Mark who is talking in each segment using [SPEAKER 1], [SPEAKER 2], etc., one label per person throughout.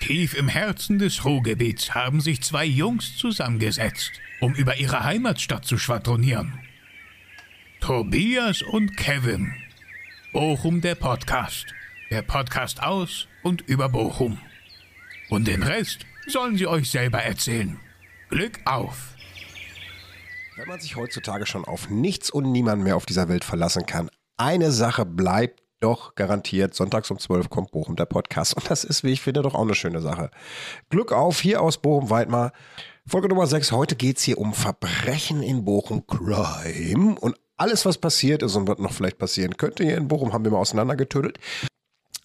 [SPEAKER 1] Tief im Herzen des Ruhrgebiets haben sich zwei Jungs zusammengesetzt, um über ihre Heimatstadt zu schwadronieren. Tobias und Kevin. Bochum der Podcast. Der Podcast aus und über Bochum. Und den Rest sollen sie euch selber erzählen. Glück auf!
[SPEAKER 2] Wenn man sich heutzutage schon auf nichts und niemanden mehr auf dieser Welt verlassen kann, eine Sache bleibt doch garantiert. Sonntags um 12 kommt Bochum der Podcast. Und das ist, wie ich finde, doch auch eine schöne Sache. Glück auf hier aus Bochum-Weidmar. Folge Nummer 6. Heute geht es hier um Verbrechen in Bochum, Crime und alles, was passiert ist und was noch vielleicht passieren könnte hier in Bochum, haben wir mal auseinandergetödelt.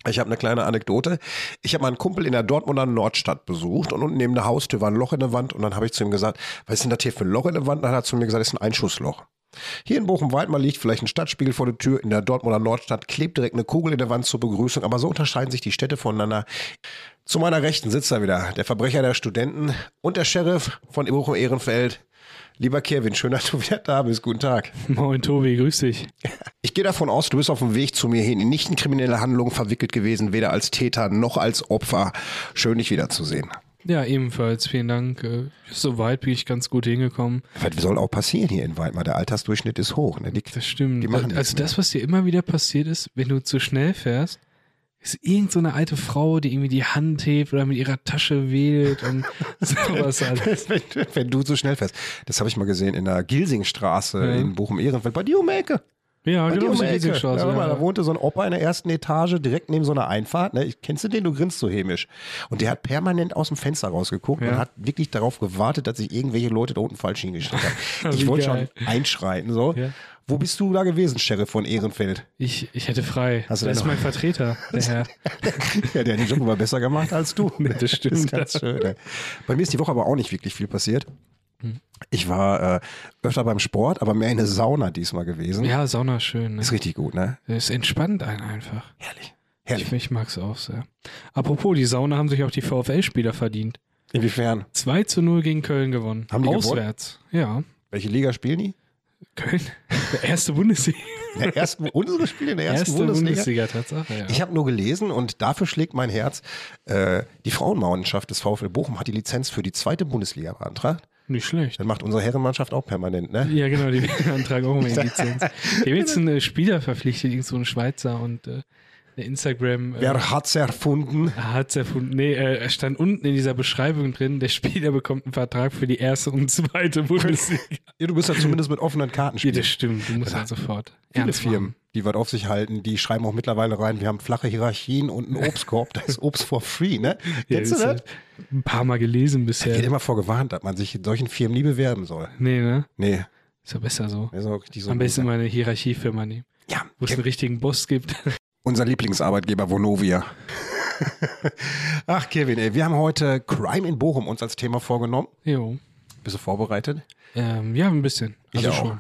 [SPEAKER 2] Ich habe eine kleine Anekdote. Ich habe meinen Kumpel in der Dortmunder Nordstadt besucht und unten neben der Haustür war ein Loch in der Wand und dann habe ich zu ihm gesagt, was ist denn das hier für ein Loch in der Wand? Und dann hat er zu mir gesagt, das ist ein Einschussloch. Hier in Bochum-Weidmar liegt vielleicht ein Stadtspiegel vor der Tür. In der Dortmunder Nordstadt klebt direkt eine Kugel in der Wand zur Begrüßung, aber so unterscheiden sich die Städte voneinander. Zu meiner Rechten sitzt er wieder, der Verbrecher der Studenten und der Sheriff von Bochum-Ehrenfeld. Lieber Kevin, schön, dass du wieder da bist. Guten Tag.
[SPEAKER 3] Moin Tobi, grüß dich.
[SPEAKER 2] Ich gehe davon aus, du bist auf dem Weg zu mir hin, in nicht in kriminelle Handlungen verwickelt gewesen, weder als Täter noch als Opfer. Schön, dich wiederzusehen.
[SPEAKER 3] Ja, ebenfalls, vielen Dank. Äh, Soweit bin ich ganz gut hingekommen.
[SPEAKER 2] Was soll auch passieren hier in Weidmar? Der Altersdurchschnitt ist hoch. Ne? Die,
[SPEAKER 3] Das stimmt.
[SPEAKER 2] Die machen nichts
[SPEAKER 3] also das, was dir immer wieder passiert ist, wenn du zu schnell fährst, ist irgend so eine alte Frau, die irgendwie die Hand hebt oder mit ihrer Tasche wedelt und sowas halt. alles.
[SPEAKER 2] wenn, wenn du zu schnell fährst. Das habe ich mal gesehen in der Gilsingstraße
[SPEAKER 3] Ja.
[SPEAKER 2] in Bochum-Ehrenfeld, bei dir um die Ecke.
[SPEAKER 3] Ja,
[SPEAKER 2] Bei dir
[SPEAKER 3] genau,
[SPEAKER 2] um
[SPEAKER 3] so
[SPEAKER 2] die Ecke.
[SPEAKER 3] riesig
[SPEAKER 2] Ja, guck mal, Da
[SPEAKER 3] ja.
[SPEAKER 2] wohnte so ein Opa in der ersten Etage, direkt neben so einer Einfahrt. Ne? Ich- Kennst du den? Du grinst so hämisch. Und der hat permanent aus dem Fenster rausgeguckt und
[SPEAKER 3] Ja.
[SPEAKER 2] hat wirklich darauf gewartet, dass sich irgendwelche Leute da unten falsch hingestellt haben. ich
[SPEAKER 3] Wie
[SPEAKER 2] wollte schon
[SPEAKER 3] geil.
[SPEAKER 2] einschreiten. So.
[SPEAKER 3] Ja.
[SPEAKER 2] Wo bist du da gewesen, Sheriff von Ehrenfeld?
[SPEAKER 3] Ich, ich hätte frei.
[SPEAKER 2] Hast du
[SPEAKER 3] das
[SPEAKER 2] denn
[SPEAKER 3] ist
[SPEAKER 2] noch-
[SPEAKER 3] mein Vertreter, der Herr.
[SPEAKER 2] ja, der hat den Job aber besser gemacht als du.
[SPEAKER 3] Nee, das stimmt.
[SPEAKER 2] ist ganz schön. Ey. Bei mir ist die Woche aber auch nicht wirklich viel passiert.
[SPEAKER 3] Hm.
[SPEAKER 2] Ich war äh, öfter beim Sport, aber mehr in der Sauna diesmal gewesen.
[SPEAKER 3] Ja, Sauna ist schön. Ne?
[SPEAKER 2] Ist richtig gut, ne?
[SPEAKER 3] Es entspannt einen einfach.
[SPEAKER 2] Herrlich.
[SPEAKER 3] Ich,
[SPEAKER 2] Herrlich.
[SPEAKER 3] ich mag es auch sehr. Apropos, die Sauna haben sich auch die VfL-Spieler verdient.
[SPEAKER 2] Inwiefern?
[SPEAKER 3] 2 zu 0 gegen Köln gewonnen.
[SPEAKER 2] Haben die gewonnen?
[SPEAKER 3] Auswärts. Ja.
[SPEAKER 2] Welche Liga spielen die?
[SPEAKER 3] Köln. Der erste Bundesliga.
[SPEAKER 2] In der ersten, unsere Spiele in der ersten
[SPEAKER 3] erste
[SPEAKER 2] Bundesliga.
[SPEAKER 3] Bundesliga, Tatsache. Ja.
[SPEAKER 2] Ich habe nur gelesen und dafür schlägt mein Herz, äh, die Frauenmannschaft des VfL Bochum hat die Lizenz für die zweite Bundesliga beantragt.
[SPEAKER 3] Nicht schlecht.
[SPEAKER 2] Dann macht unsere Herrenmannschaft auch permanent, ne?
[SPEAKER 3] Ja, genau, die Antrag auch mal in Lizenz. Die haben jetzt einen äh, Spieler verpflichtet, irgend so einen Schweizer und äh, der Instagram äh,
[SPEAKER 2] Wer hat's erfunden?
[SPEAKER 3] hat's erfunden. Nee, äh, er stand unten in dieser Beschreibung drin, der Spieler bekommt einen Vertrag für die erste und zweite Bundesliga.
[SPEAKER 2] Ja, du bist ja zumindest mit offenen Karten
[SPEAKER 3] ja,
[SPEAKER 2] spielen.
[SPEAKER 3] das stimmt, du musst halt sofort.
[SPEAKER 2] Viele
[SPEAKER 3] ernst machen.
[SPEAKER 2] Firmen, die was auf sich halten, die schreiben auch mittlerweile rein, wir haben flache Hierarchien und einen Obstkorb, da ist Obst for free, ne?
[SPEAKER 3] Ja,
[SPEAKER 2] Kennst
[SPEAKER 3] ist
[SPEAKER 2] du das?
[SPEAKER 3] halt Ein paar Mal gelesen bisher.
[SPEAKER 2] Wird immer vorgewarnt, dass man sich in solchen Firmen nie bewerben soll.
[SPEAKER 3] Nee, ne?
[SPEAKER 2] Nee,
[SPEAKER 3] Ist ja besser so.
[SPEAKER 2] das ist auch richtig so.
[SPEAKER 3] Am besten mal eine Hierarchiefirma nehmen,
[SPEAKER 2] Ja,
[SPEAKER 3] wo es einen richtigen Boss gibt.
[SPEAKER 2] Unser Lieblingsarbeitgeber Vonovia. Ach, Kevin, ey, wir haben heute Crime in Bochum uns als Thema vorgenommen.
[SPEAKER 3] jo.
[SPEAKER 2] Bist du vorbereitet?
[SPEAKER 3] Ähm, ja, ein bisschen.
[SPEAKER 2] Ich auch.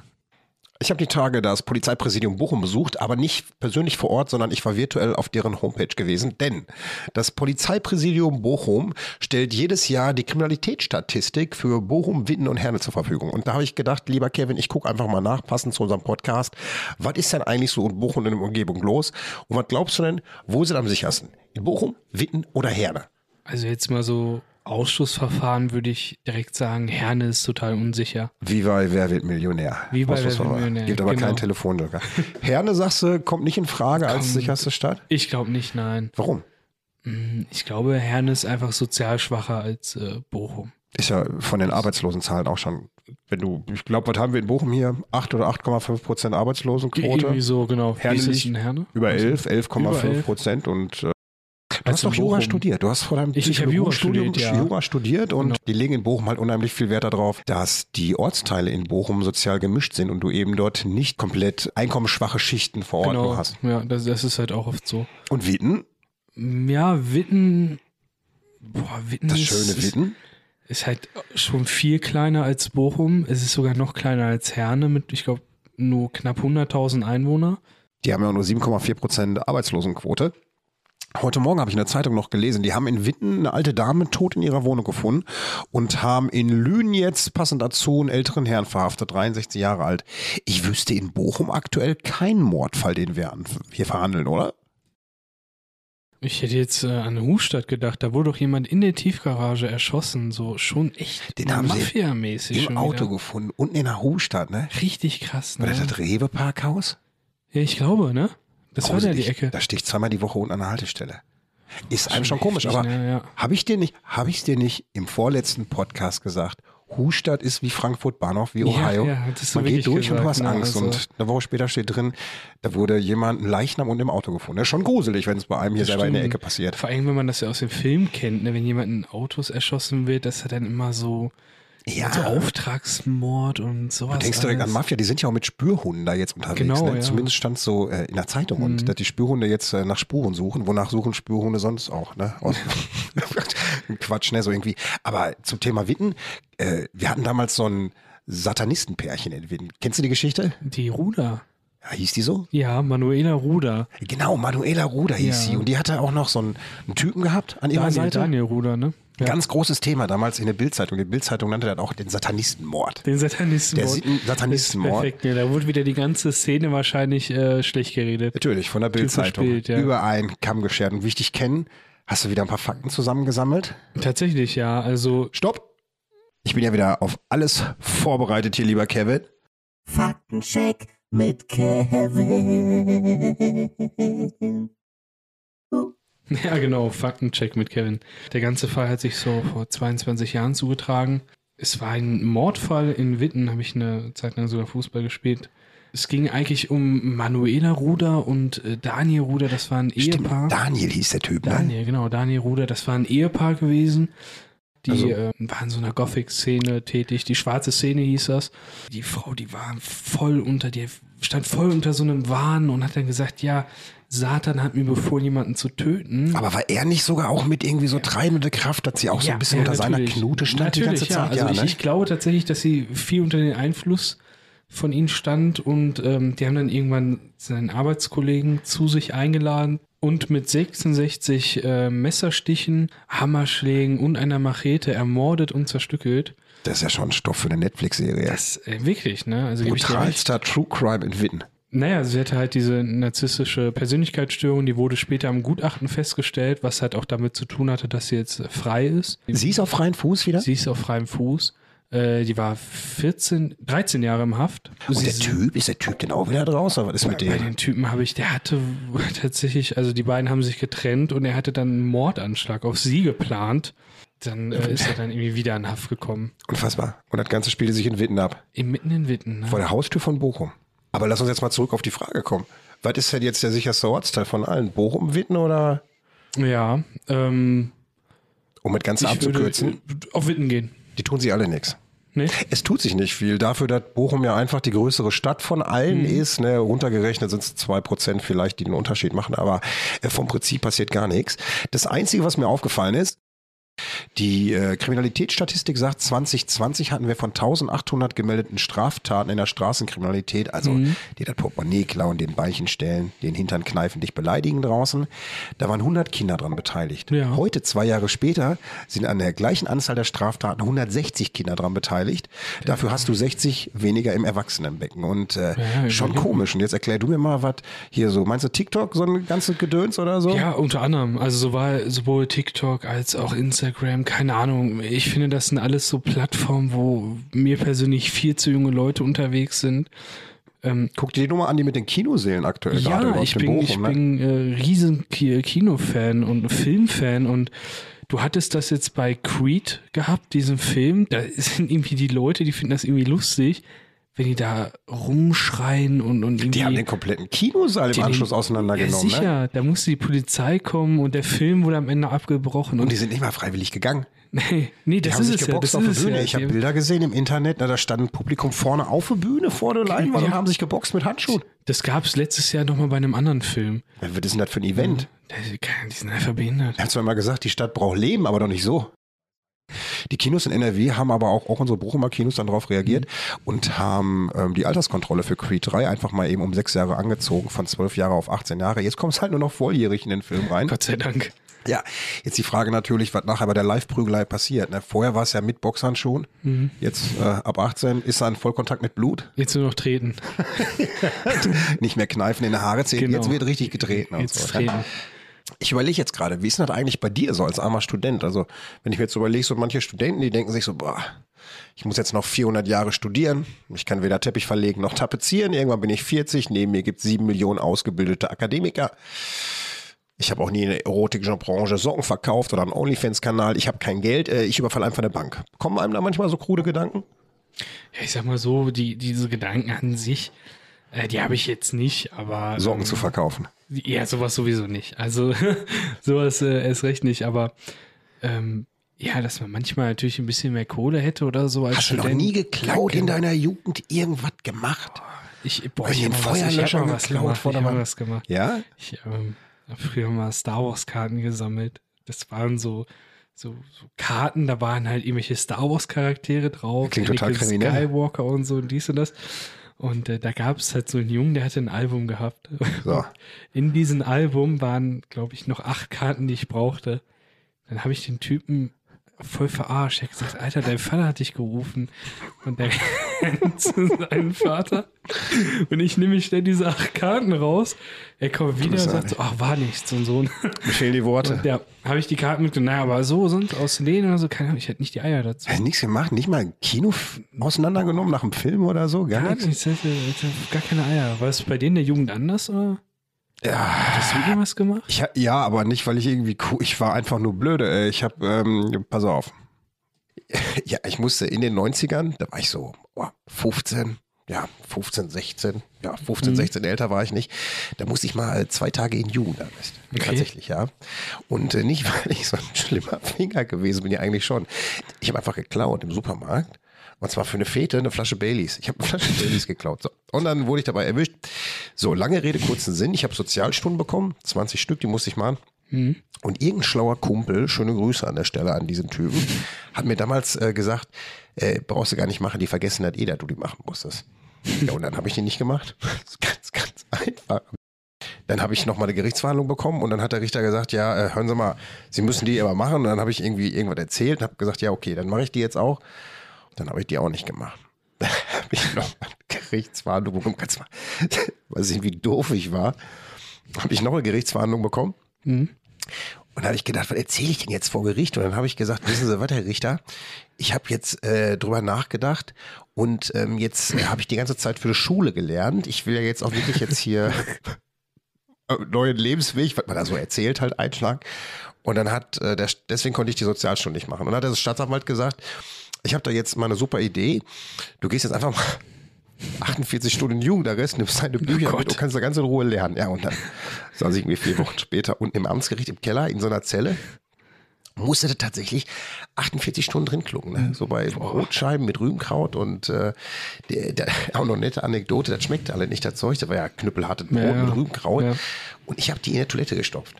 [SPEAKER 2] Ich habe die Tage das Polizeipräsidium Bochum besucht, aber nicht persönlich vor Ort, sondern ich war virtuell auf deren Homepage gewesen, denn das Polizeipräsidium Bochum stellt jedes Jahr die Kriminalitätsstatistik für Bochum, Witten und Herne zur Verfügung. Und da habe ich gedacht, lieber Kevin, ich gucke einfach mal nach, passend zu unserem Podcast, was ist denn eigentlich so in Bochum und in der Umgebung los? Und was glaubst du denn, wo sind am sichersten? In Bochum, Witten oder Herne?
[SPEAKER 3] Also jetzt mal so Ausschussverfahren würde ich direkt sagen, Herne ist total unsicher.
[SPEAKER 2] Wie bei Wer wird Millionär?
[SPEAKER 3] Wie bei Wer wird
[SPEAKER 2] Ausschlussverfahren.
[SPEAKER 3] Millionär,
[SPEAKER 2] Gibt aber
[SPEAKER 3] genau.
[SPEAKER 2] keinen Telefonjoker. Herne, sagst du, kommt nicht in Frage als sicherste Stadt?
[SPEAKER 3] Ich glaube nicht, nein.
[SPEAKER 2] Warum?
[SPEAKER 3] Hm, Ich glaube, Herne ist einfach sozial schwacher als äh, Bochum.
[SPEAKER 2] Ist ja von den Arbeitslosenzahlen auch schon, wenn du, ich glaube, was haben wir in Bochum hier? 8 oder 8,5 Prozent
[SPEAKER 3] Irgendwie
[SPEAKER 2] Arbeitslosenquote?
[SPEAKER 3] so, genau.
[SPEAKER 2] Herne
[SPEAKER 3] Wie ist es
[SPEAKER 2] liegt
[SPEAKER 3] in Herne?
[SPEAKER 2] Über 11,
[SPEAKER 3] Über
[SPEAKER 2] 11,5
[SPEAKER 3] 11.
[SPEAKER 2] Prozent und äh, Du
[SPEAKER 3] Also
[SPEAKER 2] hast doch
[SPEAKER 3] in
[SPEAKER 2] Jura
[SPEAKER 3] Bochum.
[SPEAKER 2] studiert. Du hast vor deinem
[SPEAKER 3] Ich- ich hab Jura
[SPEAKER 2] Psychologiestudium
[SPEAKER 3] studiert, ja.
[SPEAKER 2] Jura studiert und
[SPEAKER 3] Genau.
[SPEAKER 2] die legen in Bochum halt unheimlich viel Wert darauf, dass die Ortsteile in Bochum sozial gemischt sind und du eben dort nicht komplett einkommensschwache Schichten vor Ort
[SPEAKER 3] Genau.
[SPEAKER 2] nur hast.
[SPEAKER 3] Ja, das, das ist halt auch oft so. Mm,
[SPEAKER 2] Und Witten,
[SPEAKER 3] Ja, Witten. Boah, Witten
[SPEAKER 2] das
[SPEAKER 3] ist,
[SPEAKER 2] schöne
[SPEAKER 3] ist,
[SPEAKER 2] Witten,
[SPEAKER 3] ist halt schon viel kleiner als Bochum. Es ist sogar noch kleiner als Herne mit, ich glaube, nur knapp 100.000 Einwohner.
[SPEAKER 2] Die haben ja nur 7,4 Prozent Arbeitslosenquote. Heute Morgen habe ich in der Zeitung noch gelesen, die haben in Witten eine alte Dame tot in ihrer Wohnung gefunden und haben in Lünen jetzt passend dazu einen älteren Herrn verhaftet, 63 Jahre alt. Ich wüsste in Bochum aktuell keinen Mordfall, den wir an, hier verhandeln, oder?
[SPEAKER 3] Ich hätte jetzt äh, an Hustadt gedacht, da wurde doch jemand in der Tiefgarage erschossen, so schon echt
[SPEAKER 2] Den haben sie
[SPEAKER 3] Mafia-mäßig.
[SPEAKER 2] Im
[SPEAKER 3] schon
[SPEAKER 2] Auto
[SPEAKER 3] wieder.
[SPEAKER 2] gefunden, unten in der Hochstadt, ne?
[SPEAKER 3] Richtig krass,
[SPEAKER 2] Oder
[SPEAKER 3] ne?
[SPEAKER 2] das Rewe-Parkhaus?
[SPEAKER 3] Ja, ich glaube, ne? Das war ja die
[SPEAKER 2] Gruselig.
[SPEAKER 3] Ecke.
[SPEAKER 2] Da stehe ich zweimal die Woche unten an der Haltestelle. Ist einem schon
[SPEAKER 3] schon
[SPEAKER 2] komisch,
[SPEAKER 3] heftig,
[SPEAKER 2] aber
[SPEAKER 3] ne? Ja.
[SPEAKER 2] habe ich dir nicht, habe ich dir nicht im vorletzten Podcast gesagt, Hustadt ist wie Frankfurt Bahnhof, wie Ohio.
[SPEAKER 3] ja, hattest du
[SPEAKER 2] Man geht
[SPEAKER 3] wirklich
[SPEAKER 2] durch und du
[SPEAKER 3] gesagt,
[SPEAKER 2] hast
[SPEAKER 3] ne,
[SPEAKER 2] Angst.
[SPEAKER 3] also-
[SPEAKER 2] Und eine Woche später steht drin, da wurde jemand ein Leichnam und im Auto gefunden. Das ist schon gruselig, wenn es bei einem hier selber in der
[SPEAKER 3] Stimmt.
[SPEAKER 2] Ecke passiert.
[SPEAKER 3] Vor allem, wenn man das ja aus dem Film kennt, ne? wenn jemand in Autos erschossen wird, dass er dann immer so,
[SPEAKER 2] Ja.
[SPEAKER 3] so Auftragsmord und sowas.
[SPEAKER 2] Du denkst direkt an
[SPEAKER 3] alles.
[SPEAKER 2] Mafia, die sind ja auch mit Spürhunden da jetzt unterwegs.
[SPEAKER 3] Genau,
[SPEAKER 2] ne?
[SPEAKER 3] ja. Mhm.
[SPEAKER 2] Zumindest stand so äh, in der Zeitung, und dass die Spürhunde jetzt äh, nach Spuren suchen. Wonach suchen Spürhunde sonst auch? Ne? Aus- Quatsch, ne? So irgendwie. Aber zum Thema Witten, äh, wir hatten damals so ein Satanistenpärchen in Witten. Kennst du die Geschichte?
[SPEAKER 3] Die Ruder.
[SPEAKER 2] Ja, hieß die so?
[SPEAKER 3] Ja, Manuela Ruder.
[SPEAKER 2] Genau, Manuela Ruder hieß
[SPEAKER 3] Ja.
[SPEAKER 2] sie. Und die hatte auch noch so einen, einen Typen gehabt an ihrer
[SPEAKER 3] Daniel,
[SPEAKER 2] Seite.
[SPEAKER 3] Daniel Ruder, ne? Ja.
[SPEAKER 2] Ganz großes Thema damals in der Bildzeitung. Die Bildzeitung nannte das auch den Satanistenmord.
[SPEAKER 3] den Satanistenmord.
[SPEAKER 2] Der Sit- Satanistenmord.
[SPEAKER 3] Perfekt, ne? Da wurde wieder die ganze Szene wahrscheinlich äh, schlecht geredet.
[SPEAKER 2] Natürlich, von der
[SPEAKER 3] Typisch
[SPEAKER 2] Bildzeitung.
[SPEAKER 3] Bild, ja.
[SPEAKER 2] Über einen Kamm geschert und wichtig kennen. Hast du wieder ein paar Fakten zusammengesammelt?
[SPEAKER 3] Tatsächlich, ja. Also,
[SPEAKER 2] Stopp! Ich bin ja wieder auf alles vorbereitet hier, lieber Kevin.
[SPEAKER 4] Faktencheck mit Kevin.
[SPEAKER 3] ja, genau. Faktencheck mit Kevin. Der ganze Fall hat sich so vor 22 Jahren zugetragen. Es war ein Mordfall in Witten, habe ich eine Zeit lang sogar Fußball gespielt. Es ging eigentlich um Manuela Ruder und äh, Daniel Ruder, das war ein Ehepaar.
[SPEAKER 2] Daniel hieß der Typ, ne?
[SPEAKER 3] Daniel, genau, Daniel Ruder, das war ein Ehepaar gewesen. Die
[SPEAKER 2] Also-
[SPEAKER 3] äh, waren in so einer Gothic-Szene tätig, die schwarze Szene hieß das. Die Frau, die war voll unter, die stand voll unter so einem Wahn und hat dann gesagt, ja, Satan hat mir befohlen, jemanden zu töten.
[SPEAKER 2] Aber war er nicht sogar auch mit irgendwie so treibende Kraft, dass sie auch so ein bisschen unter
[SPEAKER 3] natürlich.
[SPEAKER 2] seiner Knute stand
[SPEAKER 3] natürlich,
[SPEAKER 2] die ganze Zeit?
[SPEAKER 3] Ja, also ich,
[SPEAKER 2] ne?
[SPEAKER 3] ich glaube tatsächlich, dass sie viel unter den Einfluss von ihnen stand und ähm, die haben dann irgendwann seinen Arbeitskollegen zu sich eingeladen und mit 66 äh, Messerstichen, Hammerschlägen und einer Machete ermordet und zerstückelt.
[SPEAKER 2] das ist ja schon Stoff für eine Netflix-Serie.
[SPEAKER 3] Das äh, wirklich, ne? Also gebe ich dir recht.
[SPEAKER 2] Brutalster True Crime in Witten.
[SPEAKER 3] Naja, sie hatte halt diese narzisstische Persönlichkeitsstörung, die wurde später am Gutachten festgestellt, was halt auch damit zu tun hatte, dass sie jetzt äh, frei ist.
[SPEAKER 2] Sie ist auf freien Fuß wieder?
[SPEAKER 3] Sie ist auf freiem Fuß. Äh, die war 14, 13 Jahre im Haft.
[SPEAKER 2] und
[SPEAKER 3] Sie-
[SPEAKER 2] der Typ, ist der Typ denn auch wieder draußen? Was ist mit
[SPEAKER 3] Bei
[SPEAKER 2] dem?
[SPEAKER 3] den Typen habe ich, der hatte tatsächlich, also die beiden haben sich getrennt und er hatte dann einen Mordanschlag auf sie geplant. Dann äh, ist er dann irgendwie wieder in Haft gekommen.
[SPEAKER 2] Unfassbar. Und das Ganze spielte sich in Witten ab.
[SPEAKER 3] Mitten in Witten. Ne?
[SPEAKER 2] Vor der Haustür von Bochum. Aber lass uns jetzt mal zurück auf die Frage kommen. Was ist denn jetzt der sicherste Ortsteil von allen? Bochum, Witten oder?
[SPEAKER 3] Ja, ähm,
[SPEAKER 2] Um mit ganz
[SPEAKER 3] ich würde
[SPEAKER 2] abzukürzen,
[SPEAKER 3] auf Witten gehen.
[SPEAKER 2] die tun sie alle nichts.
[SPEAKER 3] Ne?
[SPEAKER 2] Es tut sich nicht viel. Dafür, dass Bochum ja einfach die größere Stadt von allen ist, ne, runtergerechnet sind es 2% vielleicht, die den Unterschied machen, aber äh, vom Prinzip passiert gar nichts. Das Einzige, was mir aufgefallen ist, die äh, Kriminalitätsstatistik sagt, 2020 hatten wir von 1800 gemeldeten Straftaten in der Straßenkriminalität, also die das Portemonnaie klauen, den Beinchen stellen, den Hintern kneifen, dich beleidigen draußen. Da waren 100 Kinder dran beteiligt.
[SPEAKER 3] Ja.
[SPEAKER 2] Heute, zwei Jahre später, sind an der gleichen Anzahl der Straftaten 160 Kinder dran beteiligt. Dafür hast du 60 weniger im Erwachsenenbecken. Und äh,
[SPEAKER 3] Ja, ja,
[SPEAKER 2] schon
[SPEAKER 3] überleg mal.
[SPEAKER 2] komisch. Und jetzt erklär du mir mal, was hier so, meinst du TikTok, so ein ganzes Gedöns oder so?
[SPEAKER 3] Ja, unter anderem. Also sowohl, sowohl TikTok als auch Instagram, keine Ahnung. Ich finde, das sind alles so Plattformen, wo mir persönlich viel zu junge Leute unterwegs sind.
[SPEAKER 2] Guck dir die Nummer an, die mit den Kinosälen aktuell gerade
[SPEAKER 3] Ja,
[SPEAKER 2] überhaupt
[SPEAKER 3] ich
[SPEAKER 2] in
[SPEAKER 3] bin,
[SPEAKER 2] Bochum,
[SPEAKER 3] ich
[SPEAKER 2] ne?
[SPEAKER 3] bin äh, riesen Ki- Kinofan und Filmfan und du hattest das jetzt bei Creed gehabt, diesen Film. Da sind irgendwie die Leute, die finden das irgendwie lustig, wenn die da rumschreien und, und irgendwie.
[SPEAKER 2] Die haben den kompletten Kinosaal im
[SPEAKER 3] den-
[SPEAKER 2] Anschluss auseinandergenommen.
[SPEAKER 3] Ja,
[SPEAKER 2] ne?
[SPEAKER 3] sicher, da musste die Polizei kommen und der Film wurde am Ende abgebrochen.
[SPEAKER 2] Und die sind nicht mal freiwillig gegangen.
[SPEAKER 3] Nee, nee,
[SPEAKER 2] Die
[SPEAKER 3] das
[SPEAKER 2] haben
[SPEAKER 3] ist
[SPEAKER 2] sich
[SPEAKER 3] es ja. Das
[SPEAKER 2] geboxt
[SPEAKER 3] ist
[SPEAKER 2] auf der
[SPEAKER 3] es
[SPEAKER 2] Bühne.
[SPEAKER 3] ja.
[SPEAKER 2] Ich habe
[SPEAKER 3] Die-
[SPEAKER 2] Bilder gesehen im Internet, na, da stand ein Publikum vorne auf der Bühne, vor der Leinwand und
[SPEAKER 3] Ja.
[SPEAKER 2] haben sich geboxt mit Handschuhen.
[SPEAKER 3] Das gab es letztes Jahr nochmal bei einem anderen Film.
[SPEAKER 2] Ja, Was ist denn das für ein Event?
[SPEAKER 3] Da- Die sind einfach behindert.
[SPEAKER 2] Wir haben zwar immer gesagt, die Stadt braucht Leben, aber doch nicht so. Die Kinos in NRW haben aber auch, auch unsere Bochumer Kinos dann darauf reagiert
[SPEAKER 3] Mhm.
[SPEAKER 2] und haben ähm, die Alterskontrolle für Creed 3 einfach mal eben um sechs Jahre angezogen, von zwölf Jahre auf 18 Jahre. Jetzt kommt es halt nur noch volljährig in den Film rein.
[SPEAKER 3] Gott sei Dank.
[SPEAKER 2] Ja, jetzt die Frage natürlich, was nachher bei der Live-Prügelei passiert. Ne? Vorher war es ja mit Boxern schon.
[SPEAKER 3] Mhm.
[SPEAKER 2] Jetzt äh, ab 18 ist er in Vollkontakt mit Blut.
[SPEAKER 3] Jetzt nur noch treten.
[SPEAKER 2] Nicht mehr kneifen in der Haare ziehen.
[SPEAKER 3] Genau.
[SPEAKER 2] Jetzt wird richtig getreten. Und
[SPEAKER 3] Jetzt
[SPEAKER 2] so, ne?
[SPEAKER 3] treten.
[SPEAKER 2] Ich überlege jetzt gerade, wie ist denn das eigentlich bei dir so als armer Student? Also, wenn ich mir jetzt überlege, so manche Studenten, die denken sich so, boah, ich muss jetzt noch 400 Jahre studieren, ich kann weder Teppich verlegen noch tapezieren, irgendwann bin ich 40, neben mir gibt es 7 Millionen ausgebildete Akademiker. Ich habe auch nie in der erotischen Branche Socken verkauft oder einen Onlyfans-Kanal, ich habe kein Geld, äh, ich überfalle einfach eine Bank. Kommen einem da manchmal so krude Gedanken?
[SPEAKER 3] Ja, ich sag mal so, die, diese Gedanken an sich, äh, die habe ich jetzt nicht, aber.
[SPEAKER 2] Socken
[SPEAKER 3] ähm,
[SPEAKER 2] zu verkaufen.
[SPEAKER 3] Ja, sowas sowieso nicht. Also sowas äh, erst recht nicht, aber ähm, ja, dass man manchmal natürlich ein bisschen mehr Kohle hätte oder so als
[SPEAKER 2] Hast du noch
[SPEAKER 3] Student.
[SPEAKER 2] nie geklaut in
[SPEAKER 3] Genau.
[SPEAKER 2] deiner Jugend irgendwas gemacht?
[SPEAKER 3] Ich, boah,
[SPEAKER 2] Hast
[SPEAKER 3] ich
[SPEAKER 2] du
[SPEAKER 3] habe
[SPEAKER 2] den
[SPEAKER 3] mal was, ich hab
[SPEAKER 2] Feuerlöscher
[SPEAKER 3] mal was
[SPEAKER 2] geklaut
[SPEAKER 3] gemacht.
[SPEAKER 2] vor
[SPEAKER 3] Ich
[SPEAKER 2] der
[SPEAKER 3] hab mal
[SPEAKER 2] Wand?
[SPEAKER 3] was gemacht.
[SPEAKER 2] Ja?
[SPEAKER 3] Ich ähm, habe früher mal Star Wars Karten gesammelt. Das waren so, so, so Karten, da waren halt irgendwelche Star Wars Charaktere drauf.
[SPEAKER 2] Klingt total
[SPEAKER 3] Anakin
[SPEAKER 2] kriminell.
[SPEAKER 3] Skywalker und so und dies und das. Und äh, da gab es halt so einen Jungen, der hatte ein Album gehabt.
[SPEAKER 2] So.
[SPEAKER 3] In diesem Album waren, glaube ich, noch acht Karten, die ich brauchte. Dann habe ich den Typen voll verarscht. Ich habe gesagt, Alter, dein Vater hat dich gerufen. Und der zu seinem Vater. Und ich nehme mir schnell diese acht Karten raus. Er kommt wieder und
[SPEAKER 2] bist
[SPEAKER 3] sagt so, ach, war nichts und so. Und
[SPEAKER 2] Mir fehlen die Worte.
[SPEAKER 3] ja, habe ich die Karten mitgenommen. Naja, aber so, sonst aus Läden oder so, keine Ahnung, ich hätte nicht die Eier dazu.
[SPEAKER 2] Hast du Also nichts gemacht? Nicht mal ein Kino f- auseinandergenommen nach einem Film oder so? Gar
[SPEAKER 3] Gar
[SPEAKER 2] nichts?
[SPEAKER 3] nichts, hätte, hätte gar keine Eier. War es bei denen der Jugend anders oder? Ja. Hast du irgendwas gemacht?
[SPEAKER 2] Ich, ha- ja, aber nicht, weil ich irgendwie cool, ich war einfach nur blöde. Äh, Ich habe, ähm, pass auf. Ja, ich musste in den 90ern, da war ich so oh, 15, ja, 15, 16, ja, 15, 16 älter war ich nicht. Da musste ich mal zwei Tage in Jugendarrest.
[SPEAKER 3] Okay.
[SPEAKER 2] Tatsächlich, ja. Und äh, nicht, weil ich so ein schlimmer Finger gewesen bin, ja eigentlich schon. Ich habe einfach geklaut im Supermarkt. Und zwar für eine Fete eine Flasche Baileys. Ich habe eine Flasche Baileys geklaut. So. Und dann wurde ich dabei erwischt. So, lange Rede, kurzen Sinn. Ich habe Sozialstunden bekommen, 20 Stück, die musste ich machen. Und irgendein schlauer Kumpel, schöne Grüße an der Stelle an diesen Typen, hat mir damals äh, gesagt, äh, brauchst du gar nicht machen, die vergessen hat eh, dass du die machen musstest. Ja, und dann habe ich die nicht gemacht. Das ist ganz, ganz einfach. Dann habe ich nochmal eine Gerichtsverhandlung bekommen und dann hat der Richter gesagt, ja, äh, hören Sie mal, Sie müssen die aber machen. Und dann habe ich irgendwie irgendwas erzählt und habe gesagt, ja, okay, dann mache ich die jetzt auch. Dann habe ich die auch nicht gemacht. Dann habe ich noch mal eine Gerichtsverhandlung bekommen. Kannst mal, weiß nicht, wie doof ich war. Habe ich noch eine Gerichtsverhandlung bekommen. Und da habe ich gedacht, was erzähle ich denn jetzt vor Gericht? Und dann habe ich gesagt, wissen Sie was, Herr Richter, ich habe jetzt äh, drüber nachgedacht und ähm, jetzt äh, habe ich die ganze Zeit für die Schule gelernt. Ich will ja jetzt auch wirklich jetzt hier äh, neuen Lebensweg, was man da so erzählt, halt einschlagen. Und dann hat, äh, der, deswegen konnte ich die Sozialstunde nicht machen. Und dann hat der Staatsanwalt gesagt, ich habe da jetzt mal eine super Idee. Du gehst jetzt einfach mal 48 Stunden Jugendarrest, nimmst deine Bücher mit und kannst da ganz in Ruhe lernen. Ja, und dann saß ich irgendwie vier Wochen später unten im Amtsgericht im Keller in so einer Zelle. Musste da tatsächlich 48 Stunden drin klucken.
[SPEAKER 3] Mhm.
[SPEAKER 2] Ne? So bei Rotscheiben mit Rübenkraut und äh, der, der, auch noch nette Anekdote, das schmeckte alle nicht, das Zeug. Das war ja knüppelhartes Brot
[SPEAKER 3] Ja,
[SPEAKER 2] mit Rübenkraut.
[SPEAKER 3] ja.
[SPEAKER 2] Und ich habe die in der Toilette gestopft.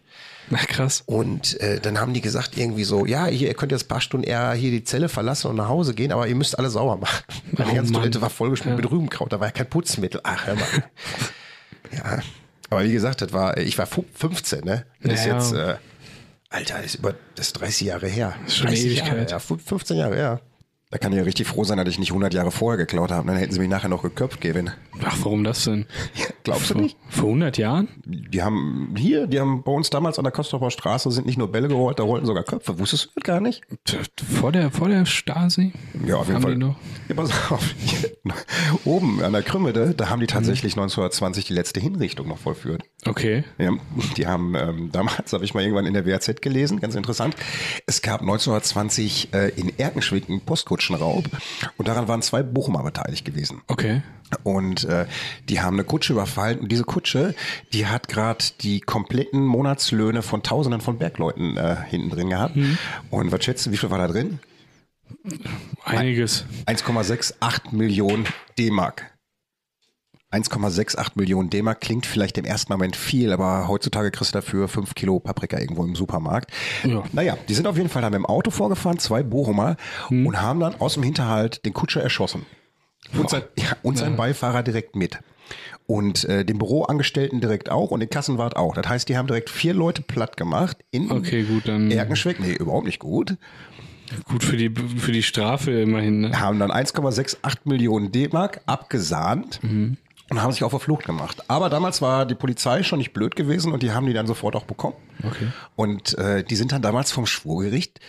[SPEAKER 3] Na krass.
[SPEAKER 2] Und äh, dann haben die gesagt, irgendwie so, ja, hier, ihr könnt jetzt ein paar Stunden eher hier die Zelle verlassen und nach Hause gehen, aber ihr müsst alle sauber machen. Weil die
[SPEAKER 3] Oh,
[SPEAKER 2] ganze
[SPEAKER 3] Mann.
[SPEAKER 2] Toilette war vollgeschmiert mit Rübenkraut, da war ja kein Putzmittel. Ach, hör mal. ja. Aber wie gesagt, das war, ich war fu- 15, ne? Das ist
[SPEAKER 3] Ja.
[SPEAKER 2] jetzt, äh, Alter, das ist über das ist 30 Jahre her. Das
[SPEAKER 3] ist schon eine
[SPEAKER 2] Jahre,
[SPEAKER 3] Ewigkeit.
[SPEAKER 2] ja, fu- 15 Jahre, ja. Da kann ich ja richtig froh sein, dass ich nicht 100 Jahre vorher geklaut habe. ne? Dann hätten sie mich nachher noch geköpft, Kevin.
[SPEAKER 3] Ach, warum das denn?
[SPEAKER 2] Glaubst du
[SPEAKER 3] Vor,
[SPEAKER 2] nicht?
[SPEAKER 3] vor 100 Jahren?
[SPEAKER 2] Die haben hier, die haben bei uns damals an der Kostroper Straße sind nicht nur Bälle gerollt, da rollten sogar Köpfe. Wusstest du das gar nicht?
[SPEAKER 3] T- t- Vor der, vor der Stasi?
[SPEAKER 2] Ja, auf jeden
[SPEAKER 3] Haben
[SPEAKER 2] Fall.
[SPEAKER 3] die noch?
[SPEAKER 2] Ja, pass auf. Oben an der Krümmede, da haben die tatsächlich 1920 die letzte Hinrichtung noch vollführt.
[SPEAKER 3] Okay.
[SPEAKER 2] Ja, die haben ähm, damals, habe ich mal irgendwann in der WAZ gelesen, ganz interessant. Es gab 1920 äh, in Erkenschwick einen Postkutschenraub und daran waren zwei Bochumer beteiligt gewesen.
[SPEAKER 3] Okay.
[SPEAKER 2] Und äh, die haben eine Kutsche überfallen und diese Kutsche, die hat gerade die kompletten Monatslöhne von Tausenden von Bergleuten äh, hinten drin gehabt.
[SPEAKER 3] Hm.
[SPEAKER 2] Und was schätzt du, wie viel war da drin?
[SPEAKER 3] Einiges.
[SPEAKER 2] 1,68 Millionen D-Mark. 1,68 Millionen D-Mark klingt vielleicht im ersten Moment viel, aber heutzutage kriegst du dafür 5 Kilo Paprika irgendwo im Supermarkt.
[SPEAKER 3] Ja.
[SPEAKER 2] Naja, die sind auf jeden Fall da mit dem Auto vorgefahren, zwei Bochumer,
[SPEAKER 3] Hm.
[SPEAKER 2] und haben dann aus dem Hinterhalt den Kutscher erschossen. Und sein, ja, und sein Beifahrer direkt mit. Und äh, den Büroangestellten direkt auch und den Kassenwart auch. Das heißt, die haben direkt vier Leute platt gemacht in
[SPEAKER 3] Okay, gut, dann
[SPEAKER 2] Erkenschwick. Nee, überhaupt nicht gut.
[SPEAKER 3] gut für die, für die Strafe immerhin. Ne?
[SPEAKER 2] haben dann 1,68 Millionen D-Mark abgesahnt und haben sich auch verflucht gemacht. Aber damals war die Polizei schon nicht blöd gewesen und die haben die dann sofort auch bekommen.
[SPEAKER 3] Okay.
[SPEAKER 2] Und äh, die sind dann damals vom Schwurgericht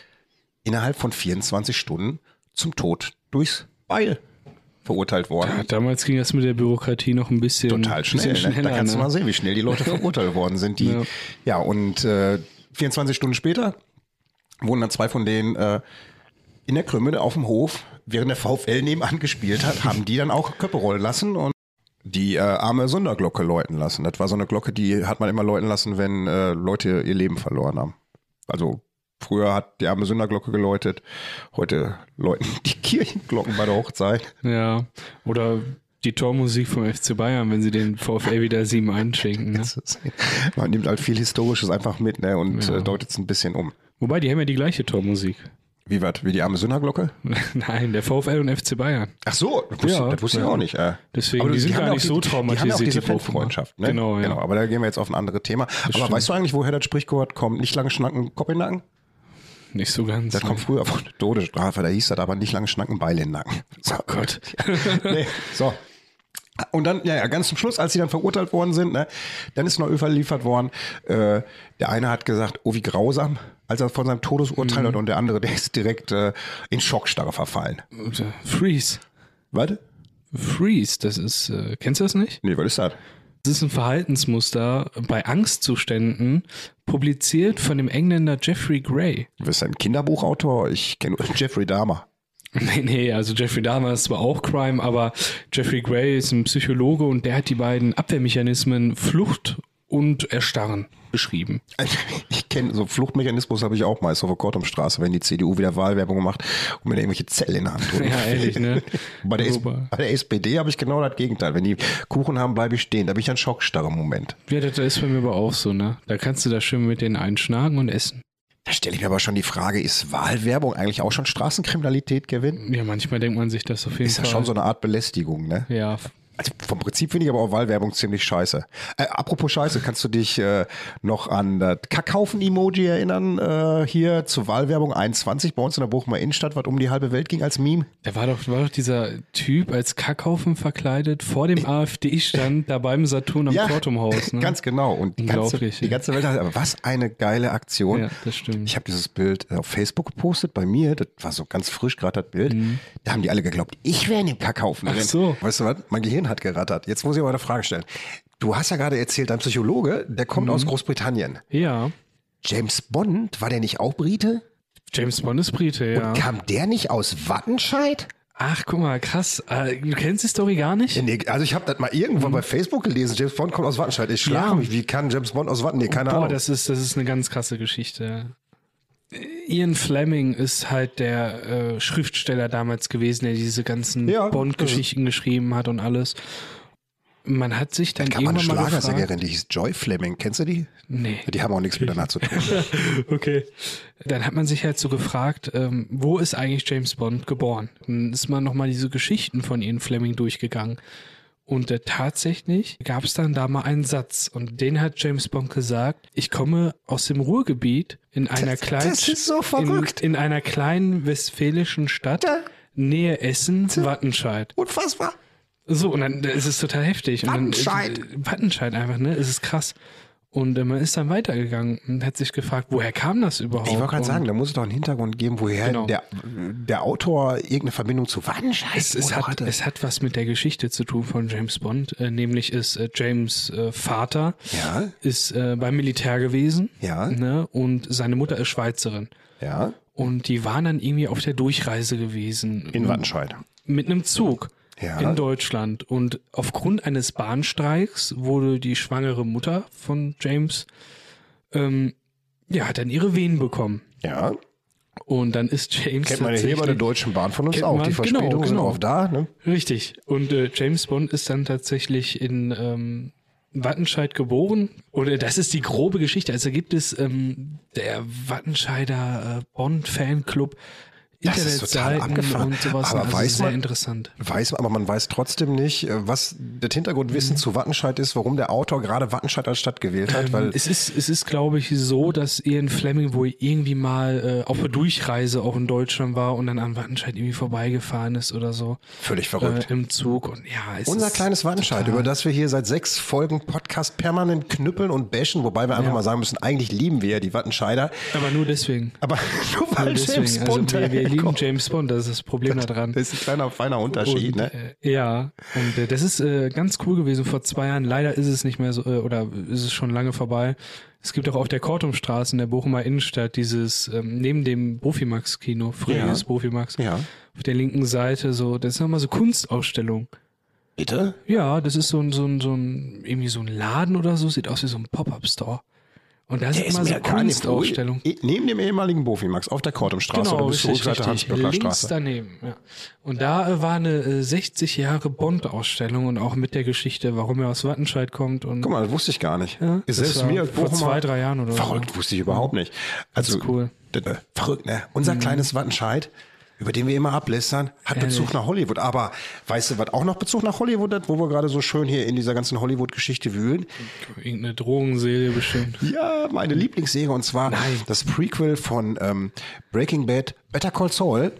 [SPEAKER 2] innerhalb von 24 Stunden zum Tod durchs Beil verurteilt worden.
[SPEAKER 3] Damals ging das mit der Bürokratie noch ein bisschen,
[SPEAKER 2] Total schnell.
[SPEAKER 3] bisschen
[SPEAKER 2] Ne?
[SPEAKER 3] schneller.
[SPEAKER 2] Da kannst du
[SPEAKER 3] ne?
[SPEAKER 2] mal sehen, wie schnell die Leute verurteilt worden sind. Die, ja.
[SPEAKER 3] Ja.
[SPEAKER 2] und äh, 24 Stunden später wurden dann zwei von denen äh, in der Krümmel auf dem Hof, während der VfL nebenan gespielt hat, haben die dann auch Köpfe rollen lassen und die äh, arme Sonderglocke läuten lassen. Das war so eine Glocke, die hat man immer läuten lassen, wenn äh, Leute ihr Leben verloren haben. Also früher hat die arme Sünderglocke geläutet, heute läuten die Kirchenglocken bei der Hochzeit.
[SPEAKER 3] Ja. Oder die Tormusik vom FC Bayern, wenn sie den VfL wieder 7 einschenken. Ne?
[SPEAKER 2] Das ist- Man nimmt halt viel Historisches einfach mit ne, und
[SPEAKER 3] Ja.
[SPEAKER 2] äh, deutet es ein bisschen um. was
[SPEAKER 3] Wobei, die haben ja die gleiche Tormusik.
[SPEAKER 2] Wie wat, Wie die arme Sünderglocke?
[SPEAKER 3] Nein, der VfL und FC Bayern.
[SPEAKER 2] Ach so, das wusste,
[SPEAKER 3] Ja,
[SPEAKER 2] das wusste ich
[SPEAKER 3] ja.
[SPEAKER 2] auch nicht. Äh.
[SPEAKER 3] Deswegen,
[SPEAKER 2] Aber
[SPEAKER 3] die
[SPEAKER 2] du-
[SPEAKER 3] sind
[SPEAKER 2] haben
[SPEAKER 3] gar
[SPEAKER 2] ja
[SPEAKER 3] nicht
[SPEAKER 2] auch die-
[SPEAKER 3] so
[SPEAKER 2] Die haben ja auch
[SPEAKER 3] traumatisiert,
[SPEAKER 2] diese
[SPEAKER 3] die Profis.
[SPEAKER 2] Fanfreundschaft. Ne?
[SPEAKER 3] Genau, ja.
[SPEAKER 2] genau, aber da gehen wir jetzt auf ein anderes Thema. aber
[SPEAKER 3] stimmt.
[SPEAKER 2] weißt du eigentlich, woher das Sprichwort kommt? Nicht lange schnacken, Kopf in den Nacken?
[SPEAKER 3] Nicht so ganz.
[SPEAKER 2] Das
[SPEAKER 3] ne?
[SPEAKER 2] kommt früher von der Todesstrafe, da hieß das aber nicht lange schnacken, Beil in den Nacken. So.
[SPEAKER 3] Oh Gott.
[SPEAKER 2] nee, so. Und dann, ja, ja, ganz zum Schluss, als sie dann verurteilt worden sind, ne, dann ist noch überliefert worden. Äh, der eine hat gesagt, oh, wie grausam, als er von seinem Todesurteil hat, und der andere, der ist direkt äh, in Schockstarre verfallen.
[SPEAKER 3] Freeze.
[SPEAKER 2] Warte?
[SPEAKER 3] Freeze, das ist, äh, kennst du das nicht?
[SPEAKER 2] Nee, was ist das?
[SPEAKER 3] Das ist ein Verhaltensmuster bei Angstzuständen, publiziert von dem Engländer Jeffrey Gray.
[SPEAKER 2] Du bist ein Kinderbuchautor? Ich kenne nur Jeffrey Dahmer.
[SPEAKER 3] Nee, nee, also Jeffrey Dahmer ist zwar auch Crime, aber Jeffrey Gray ist ein Psychologe und der hat die beiden Abwehrmechanismen Flucht und Erstarren beschrieben.
[SPEAKER 2] Ich kenne, so Fluchtmechanismus habe ich auch meist auf der Kortumstraße, wenn die CDU wieder Wahlwerbung macht und mir da irgendwelche Zellen in der Hand drückt.
[SPEAKER 3] Ja, ehrlich, ne?
[SPEAKER 2] Bei der, S
[SPEAKER 3] Wobei-
[SPEAKER 2] bei der SPD habe ich genau das Gegenteil. Wenn die Kuchen haben, bleibe ich stehen. Da bin ich ein Schockstarre im Moment.
[SPEAKER 3] Ja, das ist bei mir aber auch so, ne? Da kannst du da schön mit denen einschnagen und essen.
[SPEAKER 2] Da stelle ich mir aber schon die Frage, ist Wahlwerbung eigentlich auch schon Straßenkriminalität, Kevin?
[SPEAKER 3] Ja, manchmal denkt man sich das auf jeden
[SPEAKER 2] Ist ja
[SPEAKER 3] Fall.
[SPEAKER 2] schon so eine Art Belästigung, ne?
[SPEAKER 3] ja,
[SPEAKER 2] Also vom Prinzip finde ich aber auch Wahlwerbung ziemlich scheiße. Äh, apropos scheiße, kannst du dich äh, noch an das Kackhaufen-Emoji erinnern? Äh, hier zur Wahlwerbung 21 bei uns in der Bochumer Innenstadt, was um die halbe Welt ging als Meme?
[SPEAKER 3] Da war doch, war doch dieser Typ als Kackhaufen verkleidet vor dem AfD-Stand da beim Saturn am Portumhaus. Ne?
[SPEAKER 2] ganz genau. Und die ganze,
[SPEAKER 3] Unglaublich,
[SPEAKER 2] die
[SPEAKER 3] ja.
[SPEAKER 2] ganze Welt hat, aber was eine geile Aktion.
[SPEAKER 3] Ja, das stimmt.
[SPEAKER 2] Ich habe dieses Bild äh, auf Facebook gepostet bei mir, das war so ganz frisch gerade das Bild. Da haben die alle geglaubt, ich wäre in dem Kackhaufen
[SPEAKER 3] Mhm. Ach
[SPEAKER 2] drin.
[SPEAKER 3] so.
[SPEAKER 2] Weißt du was? Mein Gehirn hat gerattert. Jetzt muss ich aber eine Frage stellen. Du hast ja gerade erzählt, dein Psychologe, der kommt
[SPEAKER 3] Mhm.
[SPEAKER 2] aus Großbritannien.
[SPEAKER 3] Ja.
[SPEAKER 2] James Bond, war der nicht auch Brite?
[SPEAKER 3] James Bond ist Brite, ja.
[SPEAKER 2] Und kam der nicht aus Wattenscheid?
[SPEAKER 3] Ach, guck mal, krass. Äh, du kennst die Story gar nicht?
[SPEAKER 2] Nee, also ich habe das mal irgendwo bei Facebook gelesen. James Bond kommt aus Wattenscheid. Ich schlage
[SPEAKER 3] Mhm. Ja.
[SPEAKER 2] mich. Wie kann James Bond aus Wattenscheid? Nee, keine
[SPEAKER 3] Boah,
[SPEAKER 2] Ahnung.
[SPEAKER 3] das ist, das ist eine ganz krasse Geschichte. Ian Fleming ist halt der äh, Schriftsteller damals gewesen, der diese ganzen
[SPEAKER 2] Ja,
[SPEAKER 3] Bond-Geschichten geschrieben hat und alles. Man hat sich dann
[SPEAKER 2] Kam eine
[SPEAKER 3] irgendwann mal gefragt.
[SPEAKER 2] Schlagersängerin, die hieß Joy Fleming. Kennst du die?
[SPEAKER 3] Nee.
[SPEAKER 2] Die haben auch nichts miteinander zu tun.
[SPEAKER 3] Okay. Dann hat man sich halt so gefragt, ähm, wo ist eigentlich James Bond geboren? Dann ist man nochmal diese Geschichten von Ian Fleming durchgegangen. Und äh, tatsächlich gab es dann da mal einen Satz. Und den hat James Bond gesagt, ich komme aus dem Ruhrgebiet in einer kleinen...
[SPEAKER 2] das ist so verrückt.
[SPEAKER 3] In, in einer kleinen westfälischen Stadt, nähe Essen, Wattenscheid.
[SPEAKER 2] Unfassbar.
[SPEAKER 3] So, und dann ist es total heftig.
[SPEAKER 2] Wattenscheid.
[SPEAKER 3] Und dann, äh, Wattenscheid einfach, ne? Es ist krass. Und äh, man ist dann weitergegangen und hat sich gefragt, woher kam das überhaupt?
[SPEAKER 2] Ich wollte gerade
[SPEAKER 3] Und
[SPEAKER 2] sagen, da muss es doch einen Hintergrund geben, woher
[SPEAKER 3] Genau.
[SPEAKER 2] der, der Autor irgendeine Verbindung zu Wattenscheid
[SPEAKER 3] Es, es,
[SPEAKER 2] wohl
[SPEAKER 3] hat,
[SPEAKER 2] hatte.
[SPEAKER 3] es hat was mit der Geschichte zu tun von James Bond. Äh, nämlich ist äh, James äh, Vater
[SPEAKER 2] Ja.
[SPEAKER 3] ist äh, beim Militär gewesen.
[SPEAKER 2] Ja.
[SPEAKER 3] Ne? Und seine Mutter ist Schweizerin.
[SPEAKER 2] ja,
[SPEAKER 3] Und die waren dann irgendwie auf der Durchreise gewesen.
[SPEAKER 2] in Wattenscheid.
[SPEAKER 3] mit einem Zug
[SPEAKER 2] Ja.
[SPEAKER 3] in Deutschland. Und aufgrund eines Bahnstreiks wurde die schwangere Mutter von James, ähm, ja, hat dann ihre Wehen bekommen.
[SPEAKER 2] Ja,
[SPEAKER 3] Und dann ist James.
[SPEAKER 2] kennt man ja hier bei der
[SPEAKER 3] tatsächlich-
[SPEAKER 2] Deutschen Bahn von uns
[SPEAKER 3] Kennt
[SPEAKER 2] auch.
[SPEAKER 3] man,
[SPEAKER 2] die
[SPEAKER 3] genau,
[SPEAKER 2] Verspätungen sind
[SPEAKER 3] genau.
[SPEAKER 2] auch da. Ne?
[SPEAKER 3] Richtig. Und äh, James Bond ist dann tatsächlich in ähm, Wattenscheid geboren. Und äh, das ist die grobe Geschichte. Also gibt es ähm, der Wattenscheider äh, Bond-Fanclub Internetseiten und sowas sind
[SPEAKER 2] aber
[SPEAKER 3] also
[SPEAKER 2] weiß
[SPEAKER 3] sehr
[SPEAKER 2] man,
[SPEAKER 3] interessant.
[SPEAKER 2] Weiß, aber man weiß trotzdem nicht, äh, was das
[SPEAKER 3] Mhm.
[SPEAKER 2] Hintergrundwissen zu Wattenscheid ist, warum der Autor gerade Wattenscheid als Stadt gewählt hat, weil
[SPEAKER 3] Es Ähm, ist, es ist, glaube ich, so, dass Ian Fleming wohl irgendwie mal äh, auf einer Durchreise auch in Deutschland war und dann an Wattenscheid irgendwie vorbeigefahren ist oder so
[SPEAKER 2] völlig
[SPEAKER 3] äh,
[SPEAKER 2] verrückt.
[SPEAKER 3] im Zug. Und ja, es
[SPEAKER 2] Unser
[SPEAKER 3] ist
[SPEAKER 2] kleines Wattenscheid,
[SPEAKER 3] total-
[SPEAKER 2] über das wir hier seit sechs Folgen Podcast permanent knüppeln und bashen, wobei wir einfach
[SPEAKER 3] Ja.
[SPEAKER 2] mal sagen müssen, eigentlich lieben wir ja die Wattenscheider.
[SPEAKER 3] Aber nur deswegen.
[SPEAKER 2] Aber nur weil
[SPEAKER 3] Nur deswegen.
[SPEAKER 2] James Bond
[SPEAKER 3] also wir, wir lieben
[SPEAKER 2] daherkommt.
[SPEAKER 3] James Bond, das ist das Problem da dran.
[SPEAKER 2] Das ist ein kleiner, feiner Unterschied, ne?
[SPEAKER 3] Äh, ja, und äh, das ist äh, ganz cool gewesen vor zwei Jahren. Leider ist es nicht mehr so, äh, oder ist es schon lange vorbei. Es gibt auch auf der Kortumstraße in der Bochumer Innenstadt dieses, ähm, neben dem Profimax-Kino, früheres Profimax,
[SPEAKER 2] Ja.
[SPEAKER 3] auf der linken Seite so, das ist nochmal so Kunstausstellung.
[SPEAKER 2] Bitte?
[SPEAKER 3] Ja, das ist so ein, so ein, so ein, irgendwie so ein Laden oder so, sieht aus wie so ein Pop-Up-Store. Und da ist immer so
[SPEAKER 2] gar nicht-
[SPEAKER 3] Kunstausstellung.
[SPEAKER 2] Eh, Neben dem ehemaligen Bofimax auf der Kortumstraße oder bis zur
[SPEAKER 3] Genau, richtig,
[SPEAKER 2] Rückseite
[SPEAKER 3] richtig.
[SPEAKER 2] Hansbürger
[SPEAKER 3] Links
[SPEAKER 2] Straße.
[SPEAKER 3] daneben, ja. Und da äh, war eine äh, 60 Jahre Bond-Ausstellung und auch mit der Geschichte, warum er aus Wattenscheid kommt und
[SPEAKER 2] Guck mal, das wusste ich gar nicht.
[SPEAKER 3] Ja,
[SPEAKER 2] Ist
[SPEAKER 3] das
[SPEAKER 2] Selbst
[SPEAKER 3] war
[SPEAKER 2] mir als
[SPEAKER 3] vor
[SPEAKER 2] Bochumer-
[SPEAKER 3] zwei, drei Jahren oder so.
[SPEAKER 2] Verrückt, wusste ich überhaupt nicht. Also,
[SPEAKER 3] Ganz cool. Mhm.
[SPEAKER 2] d- d- verrückt, ne? Unser kleines Wattenscheid, über den wir immer ablästern, hat Bezug nach Hollywood. Aber weißt du, was auch noch Bezug nach Hollywood hat, wo wir gerade so schön hier in dieser ganzen Hollywood-Geschichte wühlen?
[SPEAKER 3] irgendeine Drogenserie bestimmt.
[SPEAKER 2] Ja, meine Lieblingsserie und zwar das Prequel von ähm, Breaking Bad, Better Call Saul.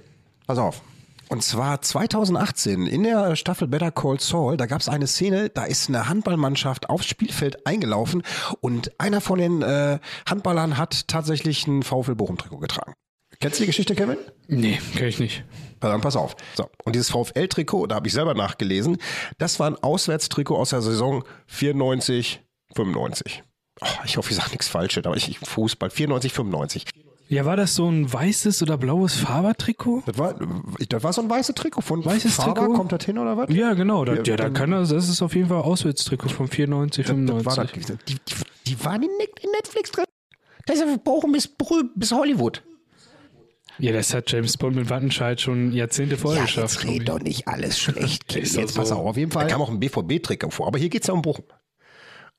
[SPEAKER 2] Pass auf. Und zwar 2018 in der Staffel Better Call Saul, da gab es eine Szene, da ist eine Handballmannschaft aufs Spielfeld eingelaufen und einer von den äh, Handballern hat tatsächlich ein VfL Bochum-Trikot getragen. Kennst du die Geschichte, Kevin?
[SPEAKER 3] Nee, kenn ich nicht.
[SPEAKER 2] Pass auf, pass auf. So, und dieses VfL-Trikot, da habe ich selber nachgelesen, das war ein Auswärtstrikot aus der Saison 94, 95. Oh, ich hoffe, ich sage nichts Falsches, aber ich, ich Fußball 94, 95.
[SPEAKER 3] Ja, war das so ein weißes oder blaues Faber-Trikot?
[SPEAKER 2] Das war, das war so ein weißes Trikot von
[SPEAKER 3] Weißes
[SPEAKER 2] Faber,
[SPEAKER 3] Trikot?
[SPEAKER 2] kommt das hin oder was?
[SPEAKER 3] Ja, genau. Da,
[SPEAKER 2] Ja,
[SPEAKER 3] ja, da
[SPEAKER 2] ähm,
[SPEAKER 3] kann er, das ist auf jeden Fall Auswärtstrikot von 94,
[SPEAKER 2] Das
[SPEAKER 3] 95.
[SPEAKER 2] war das. Die, die, die waren in Net- in Netflix drin. Das ist ja von Bochum bis, Brü- bis Hollywood.
[SPEAKER 3] ja, das hat James Bond mit Wattenscheid schon Jahrzehnte vorher geschafft. glaub ich.
[SPEAKER 2] doch nicht alles schlecht, Kind.
[SPEAKER 3] Ist doch
[SPEAKER 2] Jetzt pass
[SPEAKER 3] so.
[SPEAKER 2] auf, auf jeden Fall. Da kam auch ein BVB-Trikot vor, aber hier geht es ja um Bochum.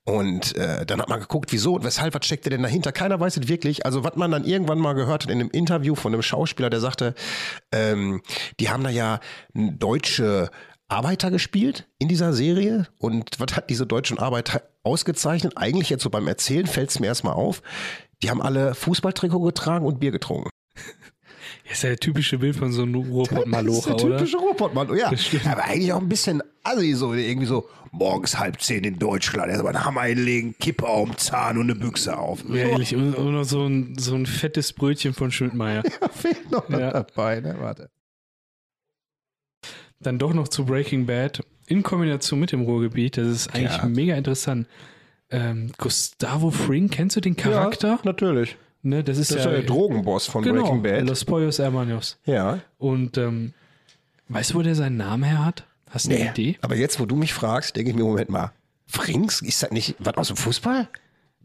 [SPEAKER 2] Und äh, dann hat man geguckt, wieso und weshalb, was steckte denn dahinter? Keiner weiß es wirklich. Also, was man dann irgendwann mal gehört hat in einem Interview von einem Schauspieler, der sagte, ähm, die haben da ja n- deutsche Arbeiter gespielt in dieser Serie. Und was hat diese deutschen Arbeiter ausgezeichnet? Eigentlich jetzt so beim Erzählen fällt es mir erstmal auf. Die haben alle Fußballtrikot getragen und Bier getrungen.
[SPEAKER 3] Ja, ist ja der typische Bild von so einem Ruhrpott-Malocher,
[SPEAKER 2] Das ist der
[SPEAKER 3] oder?
[SPEAKER 2] typische Ruhrpottmann, ja. Aber eigentlich auch ein bisschen assi, so irgendwie so morgens halb zehn in Deutschland, erstmal einen Hammer einlegen, Kippe auf dem Zahn und eine Büchse auf.
[SPEAKER 3] Ja, ehrlich. Und, und noch so ein, so ein fettes Brötchen von Schildmeier.
[SPEAKER 2] Da fehlt noch was
[SPEAKER 3] Ja.
[SPEAKER 2] dabei, ne? Warte.
[SPEAKER 3] dann doch noch zu Breaking Bad in Kombination mit dem Ruhrgebiet. Das ist eigentlich
[SPEAKER 2] Ja.
[SPEAKER 3] mega interessant. Ähm, Gustavo Fring, kennst du den Charakter?
[SPEAKER 2] natürlich.
[SPEAKER 3] Ne, das ist
[SPEAKER 2] Das ist
[SPEAKER 3] ja
[SPEAKER 2] ja der Drogenboss von
[SPEAKER 3] genau,
[SPEAKER 2] Breaking Bad.
[SPEAKER 3] Los Pollos Hermanos.
[SPEAKER 2] ja.
[SPEAKER 3] Und ähm, weißt du, wo der seinen Namen her hat? Hast du eine Idee?
[SPEAKER 2] Aber jetzt, wo du mich fragst, denke ich mir, Moment mal, Frings, ist das nicht was aus dem Fußball?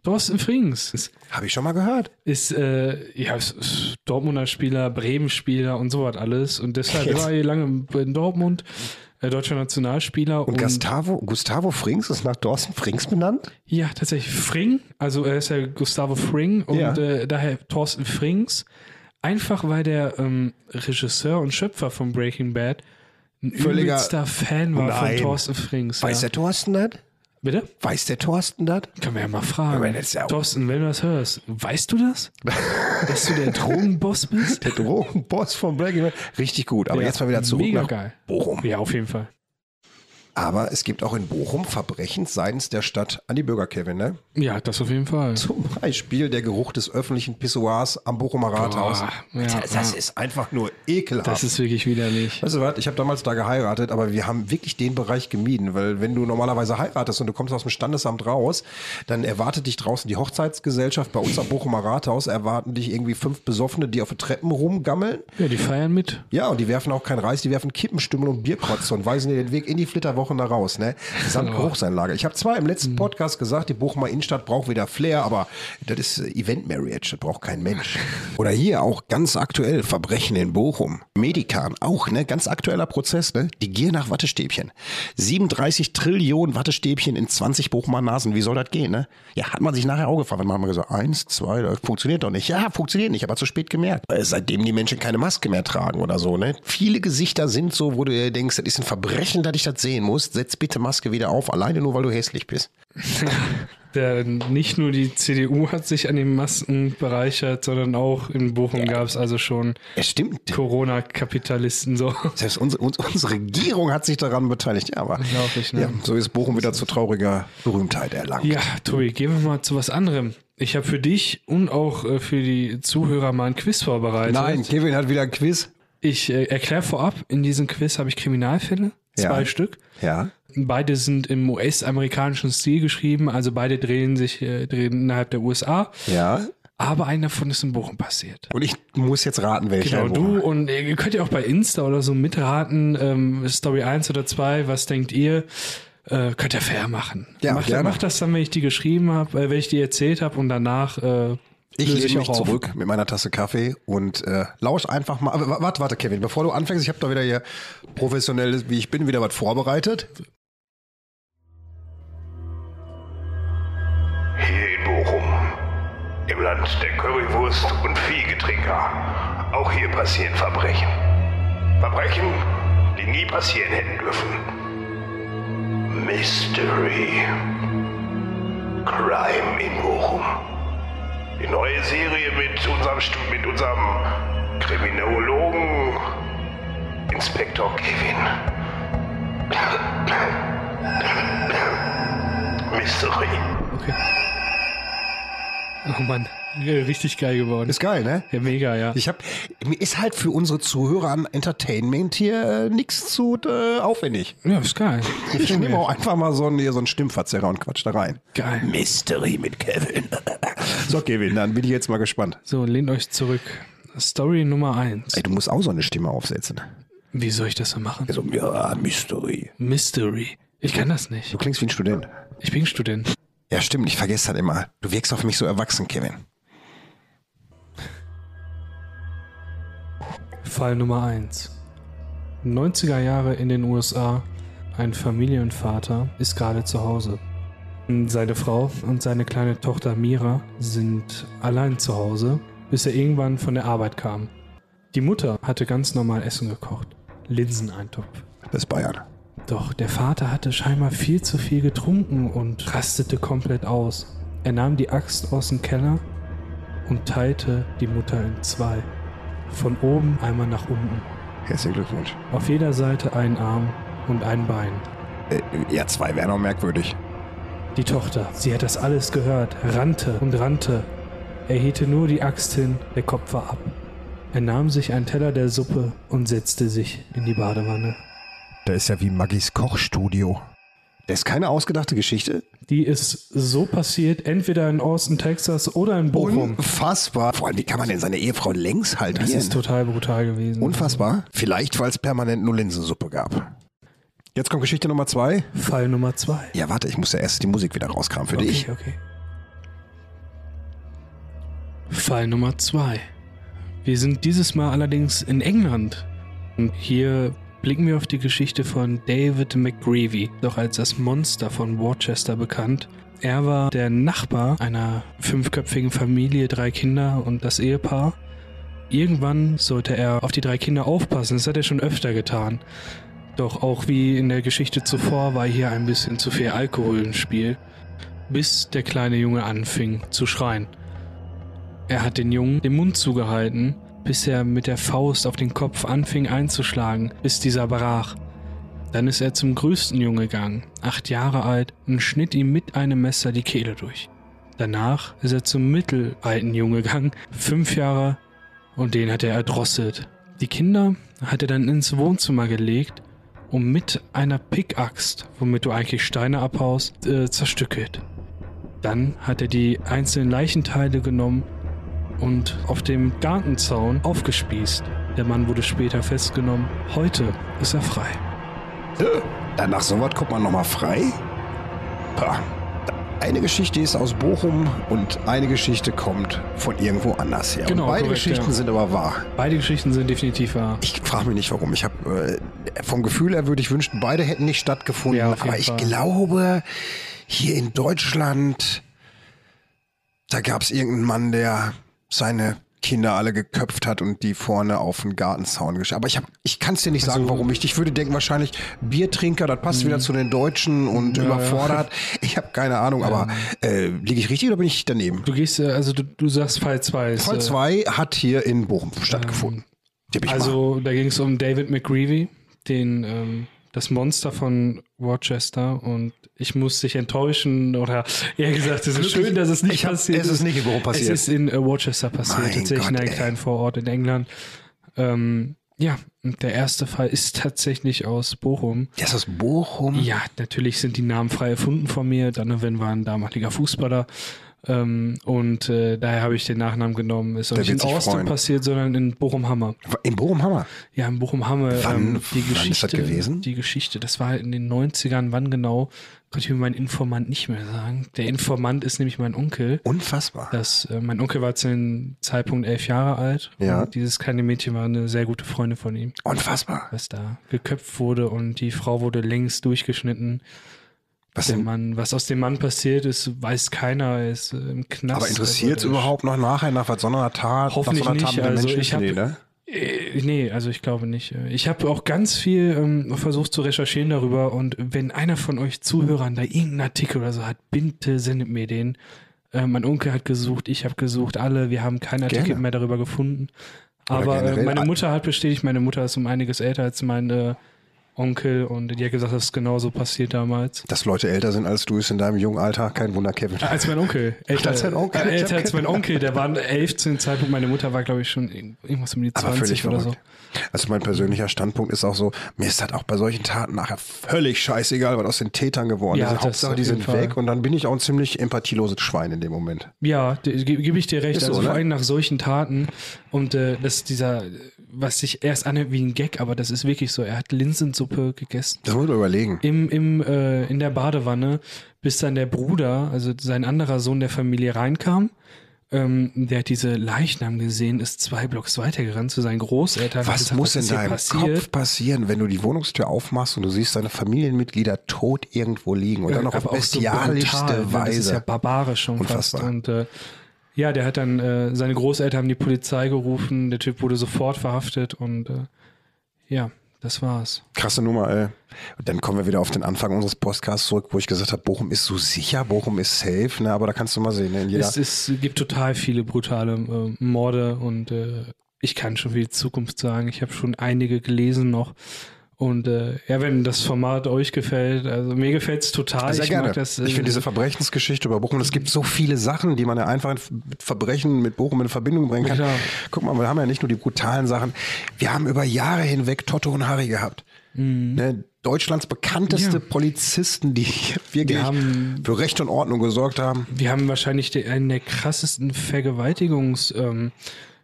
[SPEAKER 3] Thorsten Frings. Ist,
[SPEAKER 2] Habe ich schon mal gehört.
[SPEAKER 3] ist, äh, ja, ist, ist Dortmunder Spieler, Bremen-Spieler und sowas alles. Und deshalb
[SPEAKER 2] Jetzt.
[SPEAKER 3] war er lange in Dortmund, äh, deutscher Nationalspieler.
[SPEAKER 2] Und Gustavo, Gustavo Frings ist nach Dawson Frings benannt?
[SPEAKER 3] Ja, tatsächlich. Fring, also er ist ja Gustavo Fring und
[SPEAKER 2] Ja.
[SPEAKER 3] äh, daher Thorsten Frings. Einfach weil der ähm, Regisseur und Schöpfer von Breaking Bad ein
[SPEAKER 2] Völliger-
[SPEAKER 3] übelster Fan war
[SPEAKER 2] Nein.
[SPEAKER 3] von Thorsten Frings.
[SPEAKER 2] Weiß
[SPEAKER 3] ja.
[SPEAKER 2] der Thorsten das?
[SPEAKER 3] Bitte?
[SPEAKER 2] Weiß der Thorsten das?
[SPEAKER 3] Können wir ja mal fragen.
[SPEAKER 2] Aber das ist ja um auch-
[SPEAKER 3] Thorsten, wenn du das hörst, weißt du das? Dass du der Drogenboss bist?
[SPEAKER 2] Der Drogenboss von Breaking Bad. Richtig gut. Aber
[SPEAKER 3] Ja,
[SPEAKER 2] jetzt mal wieder zurück
[SPEAKER 3] Mega
[SPEAKER 2] nach
[SPEAKER 3] geil.
[SPEAKER 2] Bochum.
[SPEAKER 3] Ja, auf jeden Fall.
[SPEAKER 2] Aber es gibt auch in Bochum Verbrechen seitens der Stadt an die Bürger, Kevin. Ne?
[SPEAKER 3] Ja, das auf jeden Fall.
[SPEAKER 2] Zum Beispiel der Geruch des öffentlichen Pissoirs am Bochumer Rathaus.
[SPEAKER 3] Boah, Ah, ja,
[SPEAKER 2] das, das
[SPEAKER 3] ja.
[SPEAKER 2] ist einfach nur ekelhaft.
[SPEAKER 3] Das ist wirklich widerlich.
[SPEAKER 2] Weißt du was, ich habe damals da geheiratet, aber wir haben wirklich den Bereich gemieden, weil wenn du normalerweise heiratest und du kommst aus dem Standesamt raus, dann erwartet dich draußen die Hochzeitsgesellschaft. Bei uns am Bochumer Rathaus erwarten dich irgendwie fünf Besoffene, die auf den Treppen rumgammeln.
[SPEAKER 3] Ja, die feiern mit.
[SPEAKER 2] Ja, und die werfen auch kein Reis, die werfen Kippenstümmel und Bierkotze und weisen dir den Weg in die Flitterwoche Bochumer raus, ne? Gesamtgeruchsanlage. Ich habe zwar im letzten Podcast gesagt, die Bochumer Innenstadt braucht wieder Flair, aber das ist äh, Event Marriage, das braucht kein Mensch. Oder hier auch ganz aktuell Verbrechen in Bochum. Medikan auch, ne? Ganz aktueller Prozess, ne? Die Gier nach Wattestäbchen. 37 Trillionen Wattestäbchen in 20 Bochumer Nasen. Wie soll das gehen, ne? Ja, hat man sich nachher auch gefragt. Dann haben wir gesagt, eins, zwei, das funktioniert doch nicht. Ja, funktioniert nicht, aber zu spät gemerkt. Äh, Seitdem die Menschen keine Maske mehr tragen oder so, ne? Viele Gesichter sind so, wo du dir denkst, das ist ein Verbrechen, dass ich das sehen muss. Setz bitte Maske wieder auf, alleine nur, weil du hässlich bist.
[SPEAKER 3] Der, nicht nur die CDU hat sich an den Masken bereichert, sondern auch in Bochum gab es also schon
[SPEAKER 2] Es stimmt.
[SPEAKER 3] Corona-Kapitalisten so.
[SPEAKER 2] Selbst unsere, uns- unsere Regierung hat sich daran beteiligt. Ja, aber
[SPEAKER 3] Unglaublich, ne?
[SPEAKER 2] ja, so ist Bochum wieder zu trauriger Berühmtheit erlangt.
[SPEAKER 3] Ja, Tobi, gehen wir mal zu was anderem. Ich habe für dich und auch äh, für die Zuhörer mal ein Quiz vorbereitet.
[SPEAKER 2] Nein, Kevin hat wieder ein Quiz.
[SPEAKER 3] Ich äh, erkläre vorab, in diesem Quiz habe ich Kriminalfälle,
[SPEAKER 2] Ja.
[SPEAKER 3] zwei Stück.
[SPEAKER 2] Ja.
[SPEAKER 3] Beide sind im US-amerikanischen Stil geschrieben, also beide drehen sich äh, drehen innerhalb der USA.
[SPEAKER 2] Ja.
[SPEAKER 3] Aber einer davon ist in Bochum passiert.
[SPEAKER 2] Und ich muss jetzt raten, welcher.
[SPEAKER 3] Genau,
[SPEAKER 2] Bochum.
[SPEAKER 3] du und ihr könnt ja auch bei Insta oder so mitraten, ähm, Story 1 oder 2, was denkt ihr? Äh, könnt ihr fair machen.
[SPEAKER 2] Ja,
[SPEAKER 3] macht,
[SPEAKER 2] gerne.
[SPEAKER 3] macht das dann, wenn ich die geschrieben habe, äh, wenn ich die erzählt habe und danach äh,
[SPEAKER 2] Ich
[SPEAKER 3] löse
[SPEAKER 2] lehne mich
[SPEAKER 3] auch auf.
[SPEAKER 2] zurück mit meiner Tasse Kaffee und äh, lausch einfach mal. Aber wa- Warte, warte, Kevin, bevor du anfängst, ich habe da wieder hier professionelles, wie ich bin, wieder was vorbereitet.
[SPEAKER 5] Hier in Bochum, im Land der Currywurst und Viehgetrinker, auch hier passieren Verbrechen. Verbrechen, die nie passieren hätten dürfen. Mystery. Crime in Bochum. Die neue Serie mit unserem, Stu- mit unserem Kriminologen Inspektor Kevin. Mystery.
[SPEAKER 3] Okay. Oh Mann, äh, richtig geil geworden.
[SPEAKER 2] Ist geil, ne?
[SPEAKER 3] ja, mega, ja.
[SPEAKER 2] Ich habe, mir ist halt für unsere Zuhörer an Entertainment hier äh, nichts zu äh, aufwendig.
[SPEAKER 3] ja, ist geil.
[SPEAKER 2] Ich nehme auch einfach mal so einen, hier so einen Stimmverzerrer und quatsch da rein.
[SPEAKER 3] Geil.
[SPEAKER 2] Mystery mit Kevin. so, Kevin, dann bin ich jetzt mal gespannt.
[SPEAKER 3] So, lehnt euch zurück. Story Nummer 1.
[SPEAKER 2] Ey, du musst auch so eine Stimme aufsetzen.
[SPEAKER 3] Wie soll ich das so machen?
[SPEAKER 2] Also, ja, Mystery.
[SPEAKER 3] Mystery. Ich kann das nicht.
[SPEAKER 2] Du klingst wie ein Student.
[SPEAKER 3] Ich bin Student.
[SPEAKER 2] Ja, stimmt, ich vergesse das immer. Du wirkst auf mich so erwachsen, Kevin.
[SPEAKER 3] Fall Nummer 1. 90er Jahre in den USA. Ein Familienvater ist gerade zu Hause. Seine Frau und seine kleine Tochter Mira sind allein zu Hause, bis er irgendwann von der Arbeit kam. Die Mutter hatte ganz normal Essen gekocht. Linseneintopf.
[SPEAKER 2] Das ist Bayern.
[SPEAKER 3] Doch der Vater hatte scheinbar viel zu viel getrunken und rastete komplett aus. Er nahm die Axt aus dem Keller und teilte die Mutter in zwei. Von oben einmal nach unten.
[SPEAKER 2] Herzlichen Glückwunsch.
[SPEAKER 3] Auf jeder Seite ein Arm und ein Bein.
[SPEAKER 2] Äh, ja, zwei wären auch merkwürdig.
[SPEAKER 3] Die Tochter, sie hat das alles gehört, rannte und rannte. Er hehte nur die Axt hin, der Kopf war ab. Er nahm sich einen Teller der Suppe und setzte sich in die Badewanne.
[SPEAKER 2] Da ist ja wie Maggis Kochstudio. Das ist keine ausgedachte Geschichte.
[SPEAKER 3] Die ist so passiert, entweder in Austin, Texas oder in Bochum.
[SPEAKER 2] Unfassbar. Vor allem, wie kann man denn seine Ehefrau längs halbieren?
[SPEAKER 3] Das ist total brutal gewesen.
[SPEAKER 2] Unfassbar. Vielleicht, weil es permanent nur Linsensuppe gab. Jetzt kommt Geschichte Nummer zwei.
[SPEAKER 3] Fall Nummer zwei.
[SPEAKER 2] Ja, warte, ich muss ja erst die Musik wieder rauskramen für dich.
[SPEAKER 3] Okay, okay. Fall Nummer zwei. Wir sind dieses Mal allerdings in England. Und hier blicken wir auf die Geschichte von David McGreevy, doch als das Monster von Worcester bekannt. Er war der Nachbar einer fünfköpfigen Familie, drei Kinder und das Ehepaar. Irgendwann sollte er auf die drei Kinder aufpassen, das hat er schon öfter getan. Doch auch wie in der Geschichte zuvor war hier ein bisschen zu viel Alkohol im Spiel bis der kleine Junge anfing zu schreien. Er hat den Jungen den Mund zugehalten, bis er mit der Faust auf den Kopf anfing einzuschlagen, bis dieser brach. Dann ist er zum größten Junge gegangen, acht Jahre alt, und schnitt ihm mit einem Messer die Kehle durch. Danach ist er zum mittelalten Junge gegangen, fünf Jahre, und den hat er erdrosselt. Die Kinder hat er dann ins Wohnzimmer gelegt und mit einer Pickaxt, womit du eigentlich Steine abhaust, äh, zerstückelt. Dann hat er die einzelnen Leichenteile genommen und auf dem Gartenzaun aufgespießt. Der Mann wurde später festgenommen. Heute ist er frei.
[SPEAKER 2] Danach sowas kommt man nochmal frei? Pah. Eine Geschichte ist aus Bochum und eine Geschichte kommt von irgendwo anders her.
[SPEAKER 3] Genau,
[SPEAKER 2] und beide
[SPEAKER 3] korrekt,
[SPEAKER 2] Geschichten
[SPEAKER 3] ja.
[SPEAKER 2] sind aber wahr.
[SPEAKER 3] Beide Geschichten sind definitiv wahr.
[SPEAKER 2] Ich frage mich nicht warum. Ich habe äh, vom Gefühl her würde ich wünschen, beide hätten nicht stattgefunden.
[SPEAKER 3] Ja, auf jeden
[SPEAKER 2] aber ich
[SPEAKER 3] Fall.
[SPEAKER 2] glaube, hier in Deutschland, da gab es irgendeinen Mann, der seine Kinder alle geköpft hat und die vorne auf den Gartenzaun geschickt. Aber ich, hab- ich kann es dir nicht sagen,
[SPEAKER 3] Also
[SPEAKER 2] warum ich. Ich würde denken, wahrscheinlich Biertrinker, das passt
[SPEAKER 3] Mhm.
[SPEAKER 2] wieder zu den Deutschen und überfordert. Ich habe keine Ahnung, aber äh, liege ich richtig oder bin ich daneben?
[SPEAKER 3] Du gehst, äh, also du, du sagst Fall 2 ist.
[SPEAKER 2] Fall 2
[SPEAKER 3] äh,
[SPEAKER 2] hat hier in Bochum stattgefunden. Tipp ich mal.
[SPEAKER 3] Also da ging es um David McGreevy, den ähm, das Monster von Rochester und ich muss dich enttäuschen oder eher gesagt, es ist
[SPEAKER 2] Glücklich-
[SPEAKER 3] schön, dass es nicht
[SPEAKER 2] ich hab-
[SPEAKER 3] passiert
[SPEAKER 2] es ist nicht in Bochum passiert.
[SPEAKER 3] Es ist in äh, Rochester passiert,
[SPEAKER 2] Mein
[SPEAKER 3] tatsächlich in
[SPEAKER 2] Gott,
[SPEAKER 3] einem
[SPEAKER 2] ey.
[SPEAKER 3] kleinen Vorort in England. Ähm, ja, und der erste Fall ist tatsächlich aus Bochum.
[SPEAKER 2] Der ist aus Bochum.
[SPEAKER 3] Ja, natürlich sind die Namen frei erfunden von mir. Donovan war ein damaliger Fußballer. Ähm, und äh, daher habe ich den Nachnamen genommen. Ist auch
[SPEAKER 2] Der
[SPEAKER 3] nicht in
[SPEAKER 2] wird sich
[SPEAKER 3] Austin
[SPEAKER 2] freuen.
[SPEAKER 3] passiert, sondern in Bochum-Hammer.
[SPEAKER 2] In Bochum-Hammer.
[SPEAKER 3] Ja, in Bochum haben wir
[SPEAKER 2] Wann-
[SPEAKER 3] ähm, die
[SPEAKER 2] wann ist das
[SPEAKER 3] Geschichte.
[SPEAKER 2] gewesen?
[SPEAKER 3] Die Geschichte, das war halt in den 90ern, wann genau, könnte ich mir mein Informant nicht mehr sagen. Der Informant ist nämlich mein Onkel.
[SPEAKER 2] Unfassbar.
[SPEAKER 3] Das, äh, mein Onkel war zu dem Zeitpunkt elf Jahre alt.
[SPEAKER 2] Ja.
[SPEAKER 3] Und dieses kleine Mädchen war eine sehr gute Freundin von ihm,
[SPEAKER 2] Unfassbar.
[SPEAKER 3] was da geköpft wurde und die Frau wurde längst durchgeschnitten.
[SPEAKER 2] Was
[SPEAKER 3] Der
[SPEAKER 2] denn?
[SPEAKER 3] Mann, was aus dem Mann passiert ist, weiß keiner. Er ist äh, im Knast.
[SPEAKER 2] Aber interessiert es
[SPEAKER 3] Also,
[SPEAKER 2] überhaupt noch nachher nach was so einer Tat,
[SPEAKER 3] Hoffentlich
[SPEAKER 2] nach so einer mit
[SPEAKER 3] nicht.
[SPEAKER 2] den
[SPEAKER 3] Also
[SPEAKER 2] Menschen
[SPEAKER 3] ich
[SPEAKER 2] ist?
[SPEAKER 3] hab-
[SPEAKER 2] nee, ne?
[SPEAKER 3] Äh, Nee, also ich glaube nicht. Ich habe auch ganz viel ähm, versucht zu recherchieren darüber und wenn einer von euch Zuhörern da irgendeinen Artikel oder so hat, bitte sendet mir den. Äh, mein Onkel hat gesucht, ich habe gesucht, alle, wir haben keinen Artikel
[SPEAKER 2] Gerne.
[SPEAKER 3] mehr darüber gefunden.
[SPEAKER 2] Oder
[SPEAKER 3] Aber äh,
[SPEAKER 2] generell
[SPEAKER 3] meine
[SPEAKER 2] al-
[SPEAKER 3] Mutter hat bestätigt, meine Mutter ist um einiges älter als mein äh, Onkel und die hat gesagt, das ist genauso passiert damals. Äh,
[SPEAKER 2] Dass Leute älter sind als du, ist in deinem jungen Alter kein Wunder, Kevin.
[SPEAKER 3] Als mein Onkel. Älter
[SPEAKER 2] Als dein Onkel.
[SPEAKER 3] Äh, älter als mein Onkel. Der war elf zu dem Zeitpunkt. Meine Mutter war, glaube ich, schon irgendwas um die
[SPEAKER 2] Aber
[SPEAKER 3] 20
[SPEAKER 2] völlig
[SPEAKER 3] oder
[SPEAKER 2] verrückt.
[SPEAKER 3] so.
[SPEAKER 2] Also mein persönlicher Standpunkt ist auch so, mir ist das auch bei solchen Taten nachher völlig scheißegal, was aus den Tätern geworden
[SPEAKER 3] Ja,
[SPEAKER 2] ist.
[SPEAKER 3] das
[SPEAKER 2] Hauptsache,
[SPEAKER 3] auf
[SPEAKER 2] die
[SPEAKER 3] jeden
[SPEAKER 2] sind
[SPEAKER 3] Fall.
[SPEAKER 2] weg und dann bin ich auch ein ziemlich empathieloses Schwein in dem Moment.
[SPEAKER 3] Ja, de- ge- gebe ich dir recht.
[SPEAKER 2] Ist so,
[SPEAKER 3] also
[SPEAKER 2] ne?
[SPEAKER 3] vor allem nach solchen Taten und äh, das dieser, was sich erst anhört wie ein Gag, aber das ist wirklich so. Er hat Linsensuppe gegessen
[SPEAKER 2] Das muss man überlegen.
[SPEAKER 3] im, im, äh, in der Badewanne, bis dann der Bruder, also sein anderer Sohn der Familie reinkam. Ähm, der hat diese Leichnam gesehen, ist zwei Blocks weitergerannt zu seinen Großeltern. Hat
[SPEAKER 2] Was
[SPEAKER 3] gesagt,
[SPEAKER 2] muss in
[SPEAKER 3] ist hier
[SPEAKER 2] deinem
[SPEAKER 3] passiert?
[SPEAKER 2] Kopf passieren, wenn du die Wohnungstür aufmachst und du siehst deine Familienmitglieder tot irgendwo liegen und dann noch auf
[SPEAKER 3] Aber auch so
[SPEAKER 2] bestialischste
[SPEAKER 3] brutal, ne? Das ist
[SPEAKER 2] Weise?
[SPEAKER 3] ja barbarisch schon
[SPEAKER 2] Unfassbar.
[SPEAKER 3] fast. Und äh, ja, der hat dann, äh, seine Großeltern haben die Polizei gerufen, der Typ wurde sofort verhaftet und äh, ja, das war's.
[SPEAKER 2] Krasse Nummer, ey. Und dann kommen wir wieder auf den Anfang unseres Podcasts zurück, wo ich gesagt habe, Bochum ist so sicher, Bochum ist safe, ne? aber da kannst du mal sehen. Ne? In jeder
[SPEAKER 3] Es, es gibt total viele brutale äh, Morde und äh, ich kann schon für die Zukunft sagen, ich habe schon einige gelesen noch. Und äh, ja, wenn das Format euch gefällt, also mir gefällt's total.
[SPEAKER 2] Also sehr
[SPEAKER 3] ich
[SPEAKER 2] gerne.
[SPEAKER 3] mag das. äh,
[SPEAKER 2] ich finde diese Verbrechensgeschichte über Bochum, es gibt so viele Sachen, die man ja einfach in- mit Verbrechen mit Bochum in Verbindung bringen kann.
[SPEAKER 3] Klar.
[SPEAKER 2] Guck mal, wir haben ja nicht nur die brutalen Sachen. Wir haben über Jahre hinweg Totto und Harry gehabt. Ne? Deutschlands bekannteste
[SPEAKER 3] Mhm. Ja.
[SPEAKER 2] Polizisten, die wirklich
[SPEAKER 3] haben-
[SPEAKER 2] für Recht und Ordnung gesorgt haben.
[SPEAKER 3] Wir haben wahrscheinlich den, einen der krassesten Vergewaltigungs- ähm,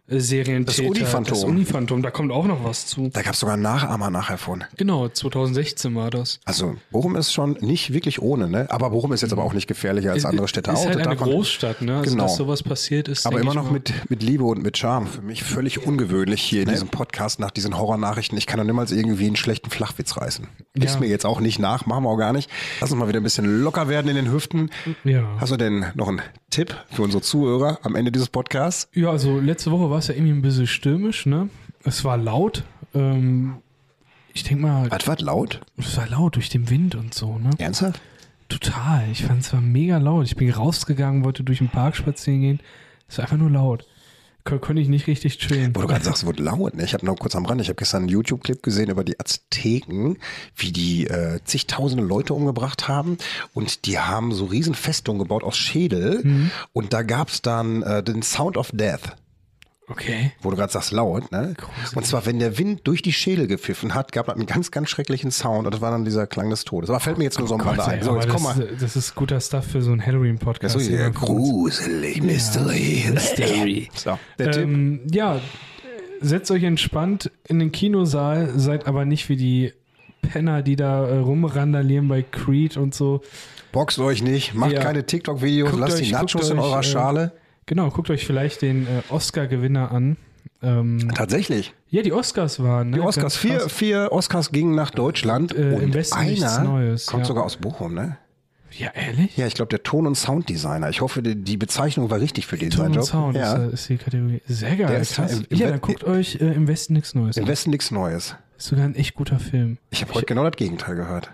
[SPEAKER 3] Serientäter.
[SPEAKER 2] Das Uni-Phantom.
[SPEAKER 3] Das Uni-Phantom, da kommt auch noch was zu.
[SPEAKER 2] Da gab es sogar einen Nachahmer nachher von.
[SPEAKER 3] Genau, 2016 war das.
[SPEAKER 2] Also Bochum ist schon nicht wirklich ohne, ne? Aber Bochum ist jetzt aber auch nicht gefährlicher als andere Städte
[SPEAKER 3] Mhm. ist
[SPEAKER 2] auch.
[SPEAKER 3] halt
[SPEAKER 2] das
[SPEAKER 3] eine
[SPEAKER 2] darf man-
[SPEAKER 3] Großstadt, ne? Also,
[SPEAKER 2] Genau.
[SPEAKER 3] dass sowas passiert ist.
[SPEAKER 2] Aber
[SPEAKER 3] denke
[SPEAKER 2] immer
[SPEAKER 3] ich
[SPEAKER 2] noch
[SPEAKER 3] mal-
[SPEAKER 2] mit, mit Liebe und mit Charme. Für mich völlig ungewöhnlich hier in diesem Podcast nach diesen Horrornachrichten. Ich kann doch niemals irgendwie einen schlechten Flachwitz reißen.
[SPEAKER 3] Ja.
[SPEAKER 2] Ist mir jetzt auch nicht nach, machen wir auch gar nicht. Lass uns mal wieder ein bisschen locker werden in den Hüften.
[SPEAKER 3] Ja.
[SPEAKER 2] Hast du denn noch einen Tipp für unsere Zuhörer am Ende dieses Podcasts?
[SPEAKER 3] Ja, also letzte Woche war es ja irgendwie ein bisschen stürmisch, ne? Es war laut. Ähm, ich denke mal,
[SPEAKER 2] Was war laut?
[SPEAKER 3] es war laut durch den Wind und so, ne?
[SPEAKER 2] Ernsthaft?
[SPEAKER 3] Total. Ich fand es war mega laut. Ich bin rausgegangen, wollte durch den Park spazieren gehen. Es war einfach nur laut. Kon konnte ich nicht richtig chillen.
[SPEAKER 2] Wo du gerade sagst, es wird laut. Ne? Ich habe noch kurz am Rand, ich habe gestern einen YouTube-Clip gesehen über die Azteken, wie die äh, zigtausende Leute umgebracht haben. Und die haben so riesen Festungen gebaut aus Schädel.
[SPEAKER 3] Mhm.
[SPEAKER 2] Und da gab es dann äh, den Sound of Death.
[SPEAKER 3] Okay.
[SPEAKER 2] Wo du gerade sagst, laut, ne? Und zwar, wenn der Wind durch die Schädel gepfiffen hat, gab es einen ganz, ganz schrecklichen Sound. Und das war dann dieser Klang des Todes. Aber fällt mir jetzt nur so am Rande
[SPEAKER 3] Oh Gott,
[SPEAKER 2] ein.
[SPEAKER 3] ey,
[SPEAKER 2] So,
[SPEAKER 3] aber
[SPEAKER 2] jetzt komm
[SPEAKER 3] das,
[SPEAKER 2] mal.
[SPEAKER 3] das ist guter Stuff für so einen Halloween-Podcast.
[SPEAKER 2] Das ist so
[SPEAKER 3] hier
[SPEAKER 2] hier
[SPEAKER 3] von uns.
[SPEAKER 2] gruselig, Mystery.
[SPEAKER 3] Mystery.
[SPEAKER 2] So, der Tipp.
[SPEAKER 3] ähm, ja, setzt euch entspannt in den Kinosaal, seid aber nicht wie die Penner, die da äh, rumrandalieren bei Creed und so.
[SPEAKER 2] Boxt euch nicht, macht
[SPEAKER 3] Ja.
[SPEAKER 2] keine TikTok-Videos,
[SPEAKER 3] Guckt
[SPEAKER 2] lasst
[SPEAKER 3] euch-
[SPEAKER 2] die Nachos
[SPEAKER 3] guckt
[SPEAKER 2] in
[SPEAKER 3] euch,
[SPEAKER 2] eurer
[SPEAKER 3] äh,
[SPEAKER 2] Schale.
[SPEAKER 3] Genau, guckt euch vielleicht den äh, Oscar-Gewinner an. Ähm,
[SPEAKER 2] Tatsächlich.
[SPEAKER 3] ja, die Oscars waren. Ne?
[SPEAKER 2] Die Oscars,
[SPEAKER 3] Ganz
[SPEAKER 2] vier,
[SPEAKER 3] krass.
[SPEAKER 2] vier Oscars gingen nach Deutschland
[SPEAKER 3] Und, äh, im
[SPEAKER 2] und
[SPEAKER 3] Westen nichts
[SPEAKER 2] einer
[SPEAKER 3] Neues,
[SPEAKER 2] kommt
[SPEAKER 3] ja.
[SPEAKER 2] sogar aus Bochum, ne?
[SPEAKER 3] Ja, ehrlich?
[SPEAKER 2] Ja, ich glaube, der Ton- und Sounddesigner. Ich hoffe, die, die Bezeichnung war richtig für den
[SPEAKER 3] Ton und
[SPEAKER 2] Job.
[SPEAKER 3] Sound
[SPEAKER 2] ja.
[SPEAKER 3] ist, äh, ist die Kategorie. Sehr geil.
[SPEAKER 2] Der ist
[SPEAKER 3] krass.
[SPEAKER 2] im- im
[SPEAKER 3] ja,
[SPEAKER 2] Wett-
[SPEAKER 3] dann guckt euch äh, im Westen nichts Neues.
[SPEAKER 2] Im
[SPEAKER 3] an.
[SPEAKER 2] Westen nichts Neues.
[SPEAKER 3] Ist sogar ein echt guter Film.
[SPEAKER 2] Ich habe heute genau das Gegenteil gehört.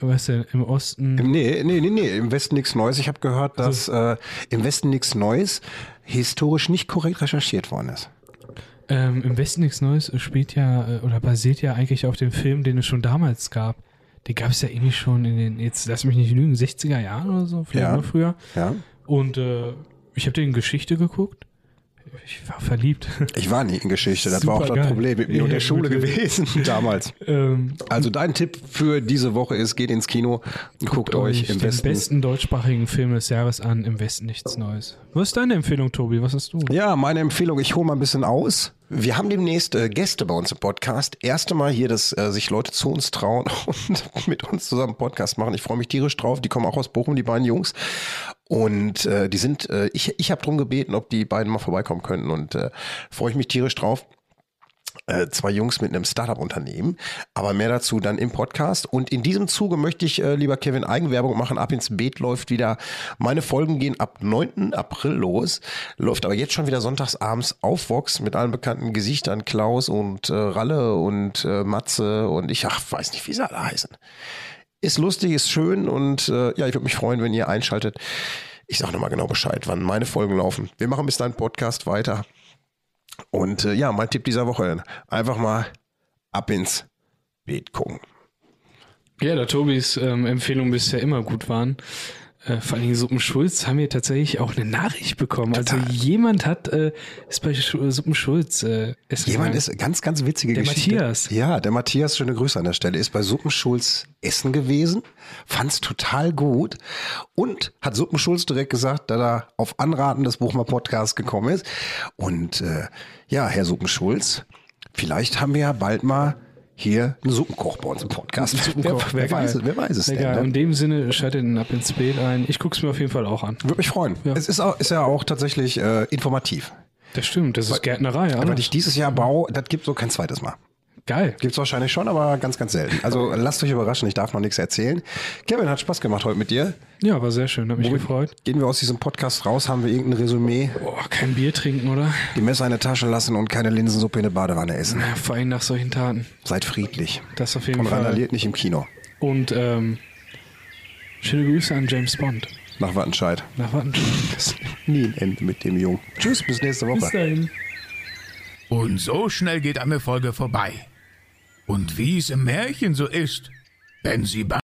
[SPEAKER 3] Was denn? Im Osten.
[SPEAKER 2] Im, nee, nee, nee, nee, im Westen nichts Neues. Ich habe gehört, dass äh, im Westen nichts Neues historisch nicht korrekt recherchiert worden ist.
[SPEAKER 3] Ähm, Im Westen nichts Neues spielt ja äh, oder basiert ja eigentlich auf dem Film, den es schon damals gab. Den gab es ja irgendwie schon in den, jetzt lass mich nicht lügen, 60er Jahren oder so, vielleicht
[SPEAKER 2] Ja.
[SPEAKER 3] noch früher.
[SPEAKER 2] Ja?
[SPEAKER 3] Und äh, ich habe den in Geschichte geguckt. Ich war verliebt.
[SPEAKER 2] Ich war nie in Geschichte, das war auch das
[SPEAKER 3] Supergeil.
[SPEAKER 2] Problem mit mir und
[SPEAKER 3] Ja,
[SPEAKER 2] der Schule
[SPEAKER 3] gut.
[SPEAKER 2] gewesen damals.
[SPEAKER 3] ähm,
[SPEAKER 2] Also dein Tipp für diese Woche ist, geht ins Kino und guckt, euch im
[SPEAKER 3] den
[SPEAKER 2] Westen.
[SPEAKER 3] besten deutschsprachigen Film des Jahres an, im Westen nichts Neues. Was ist deine Empfehlung, Tobi? Was hast du?
[SPEAKER 2] Ja, meine Empfehlung, ich hole mal ein bisschen aus. Wir haben demnächst äh, Gäste bei uns im Podcast. Erste Mal hier, dass äh, sich Leute zu uns trauen und mit uns zusammen einen Podcast machen. Ich freue mich tierisch drauf. Die kommen auch aus Bochum, die beiden Jungs. Und äh, die sind, äh, ich, ich habe drum gebeten, ob die beiden mal vorbeikommen könnten und äh, freue ich mich tierisch drauf. Äh, zwei Jungs mit einem Startup-Unternehmen, aber mehr dazu dann im Podcast. Und in diesem Zuge möchte ich, äh, lieber Kevin, Eigenwerbung machen. Ab ins Beet läuft wieder. Meine Folgen gehen ab 9. April los, läuft aber jetzt schon wieder sonntagsabends auf Vox mit allen bekannten Gesichtern Klaus und äh, Ralle und äh, Matze und ich, ach, weiß nicht, wie sie alle heißen. Ist lustig, ist schön und äh, ja, ich würde mich freuen, wenn ihr einschaltet. Ich sage nochmal genau Bescheid, wann meine Folgen laufen. Wir machen bis dahin Podcast weiter. Und äh, ja, mein Tipp dieser Woche, einfach mal ab ins Beet gucken.
[SPEAKER 3] Ja, da Tobis ähm, Empfehlungen bisher immer gut waren, äh, vor allem Suppenschulz, haben wir tatsächlich auch eine Nachricht bekommen. Also jemand hat, äh, ist bei Schu- Suppenschulz. Äh, essen
[SPEAKER 2] Jemand
[SPEAKER 3] gegangen.
[SPEAKER 2] ist, ganz, ganz witzige
[SPEAKER 3] Der
[SPEAKER 2] Geschichte.
[SPEAKER 3] Matthias.
[SPEAKER 2] Ja, der Matthias, schöne Grüße an der Stelle, ist bei Suppenschulz essen gewesen, fand's total gut und hat Suppenschulz direkt gesagt, da er auf Anraten des Buchmer Podcasts gekommen ist. Und äh, ja, Herr Suppenschulz, vielleicht haben wir ja bald mal hier einen Suppenkoch bei uns im Podcast.
[SPEAKER 3] Suppenkoch,
[SPEAKER 2] wer,
[SPEAKER 3] wär
[SPEAKER 2] wer, weiß
[SPEAKER 3] geil.
[SPEAKER 2] es, wer weiß es
[SPEAKER 3] Wär
[SPEAKER 2] denn?
[SPEAKER 3] geil.
[SPEAKER 2] ne?
[SPEAKER 3] In dem Sinne schaltet ihn ab ins Bild ein. Ich guck's mir auf jeden Fall auch an.
[SPEAKER 2] Würde mich freuen. Es ist, auch, ist ja auch tatsächlich äh, informativ.
[SPEAKER 3] Das stimmt, das ist Gärtnerei.
[SPEAKER 2] Aber
[SPEAKER 3] Aber
[SPEAKER 2] was ich dieses Jahr baue, das gibt so kein zweites Mal.
[SPEAKER 3] geil.
[SPEAKER 2] Gibt es wahrscheinlich schon, aber ganz, ganz selten. Also lasst euch überraschen, ich darf noch nichts erzählen. Kevin, hat Spaß gemacht heute mit dir.
[SPEAKER 3] Ja, war sehr schön, hat mich gefreut.
[SPEAKER 2] Gehen wir aus diesem Podcast raus, haben wir irgendein Resümee,
[SPEAKER 3] Boah, kein Bier trinken, oder?
[SPEAKER 2] die Messer in der Tasche lassen und keine Linsensuppe in der Badewanne essen.
[SPEAKER 3] Ja, vor allem nach solchen Taten.
[SPEAKER 2] Seid friedlich.
[SPEAKER 3] Das auf jeden
[SPEAKER 2] Und
[SPEAKER 3] Fall.
[SPEAKER 2] randaliert nicht im Kino.
[SPEAKER 3] Und ähm, schöne Grüße an James Bond.
[SPEAKER 2] Nach Wattenscheid.
[SPEAKER 3] Nach Wattenscheid.
[SPEAKER 2] Nie ein Ende mit dem Jungen. Tschüss, bis nächste Woche.
[SPEAKER 3] Bis dahin.
[SPEAKER 1] Und so schnell geht eine Folge vorbei. Und wie es im Märchen so ist, wenn sie bei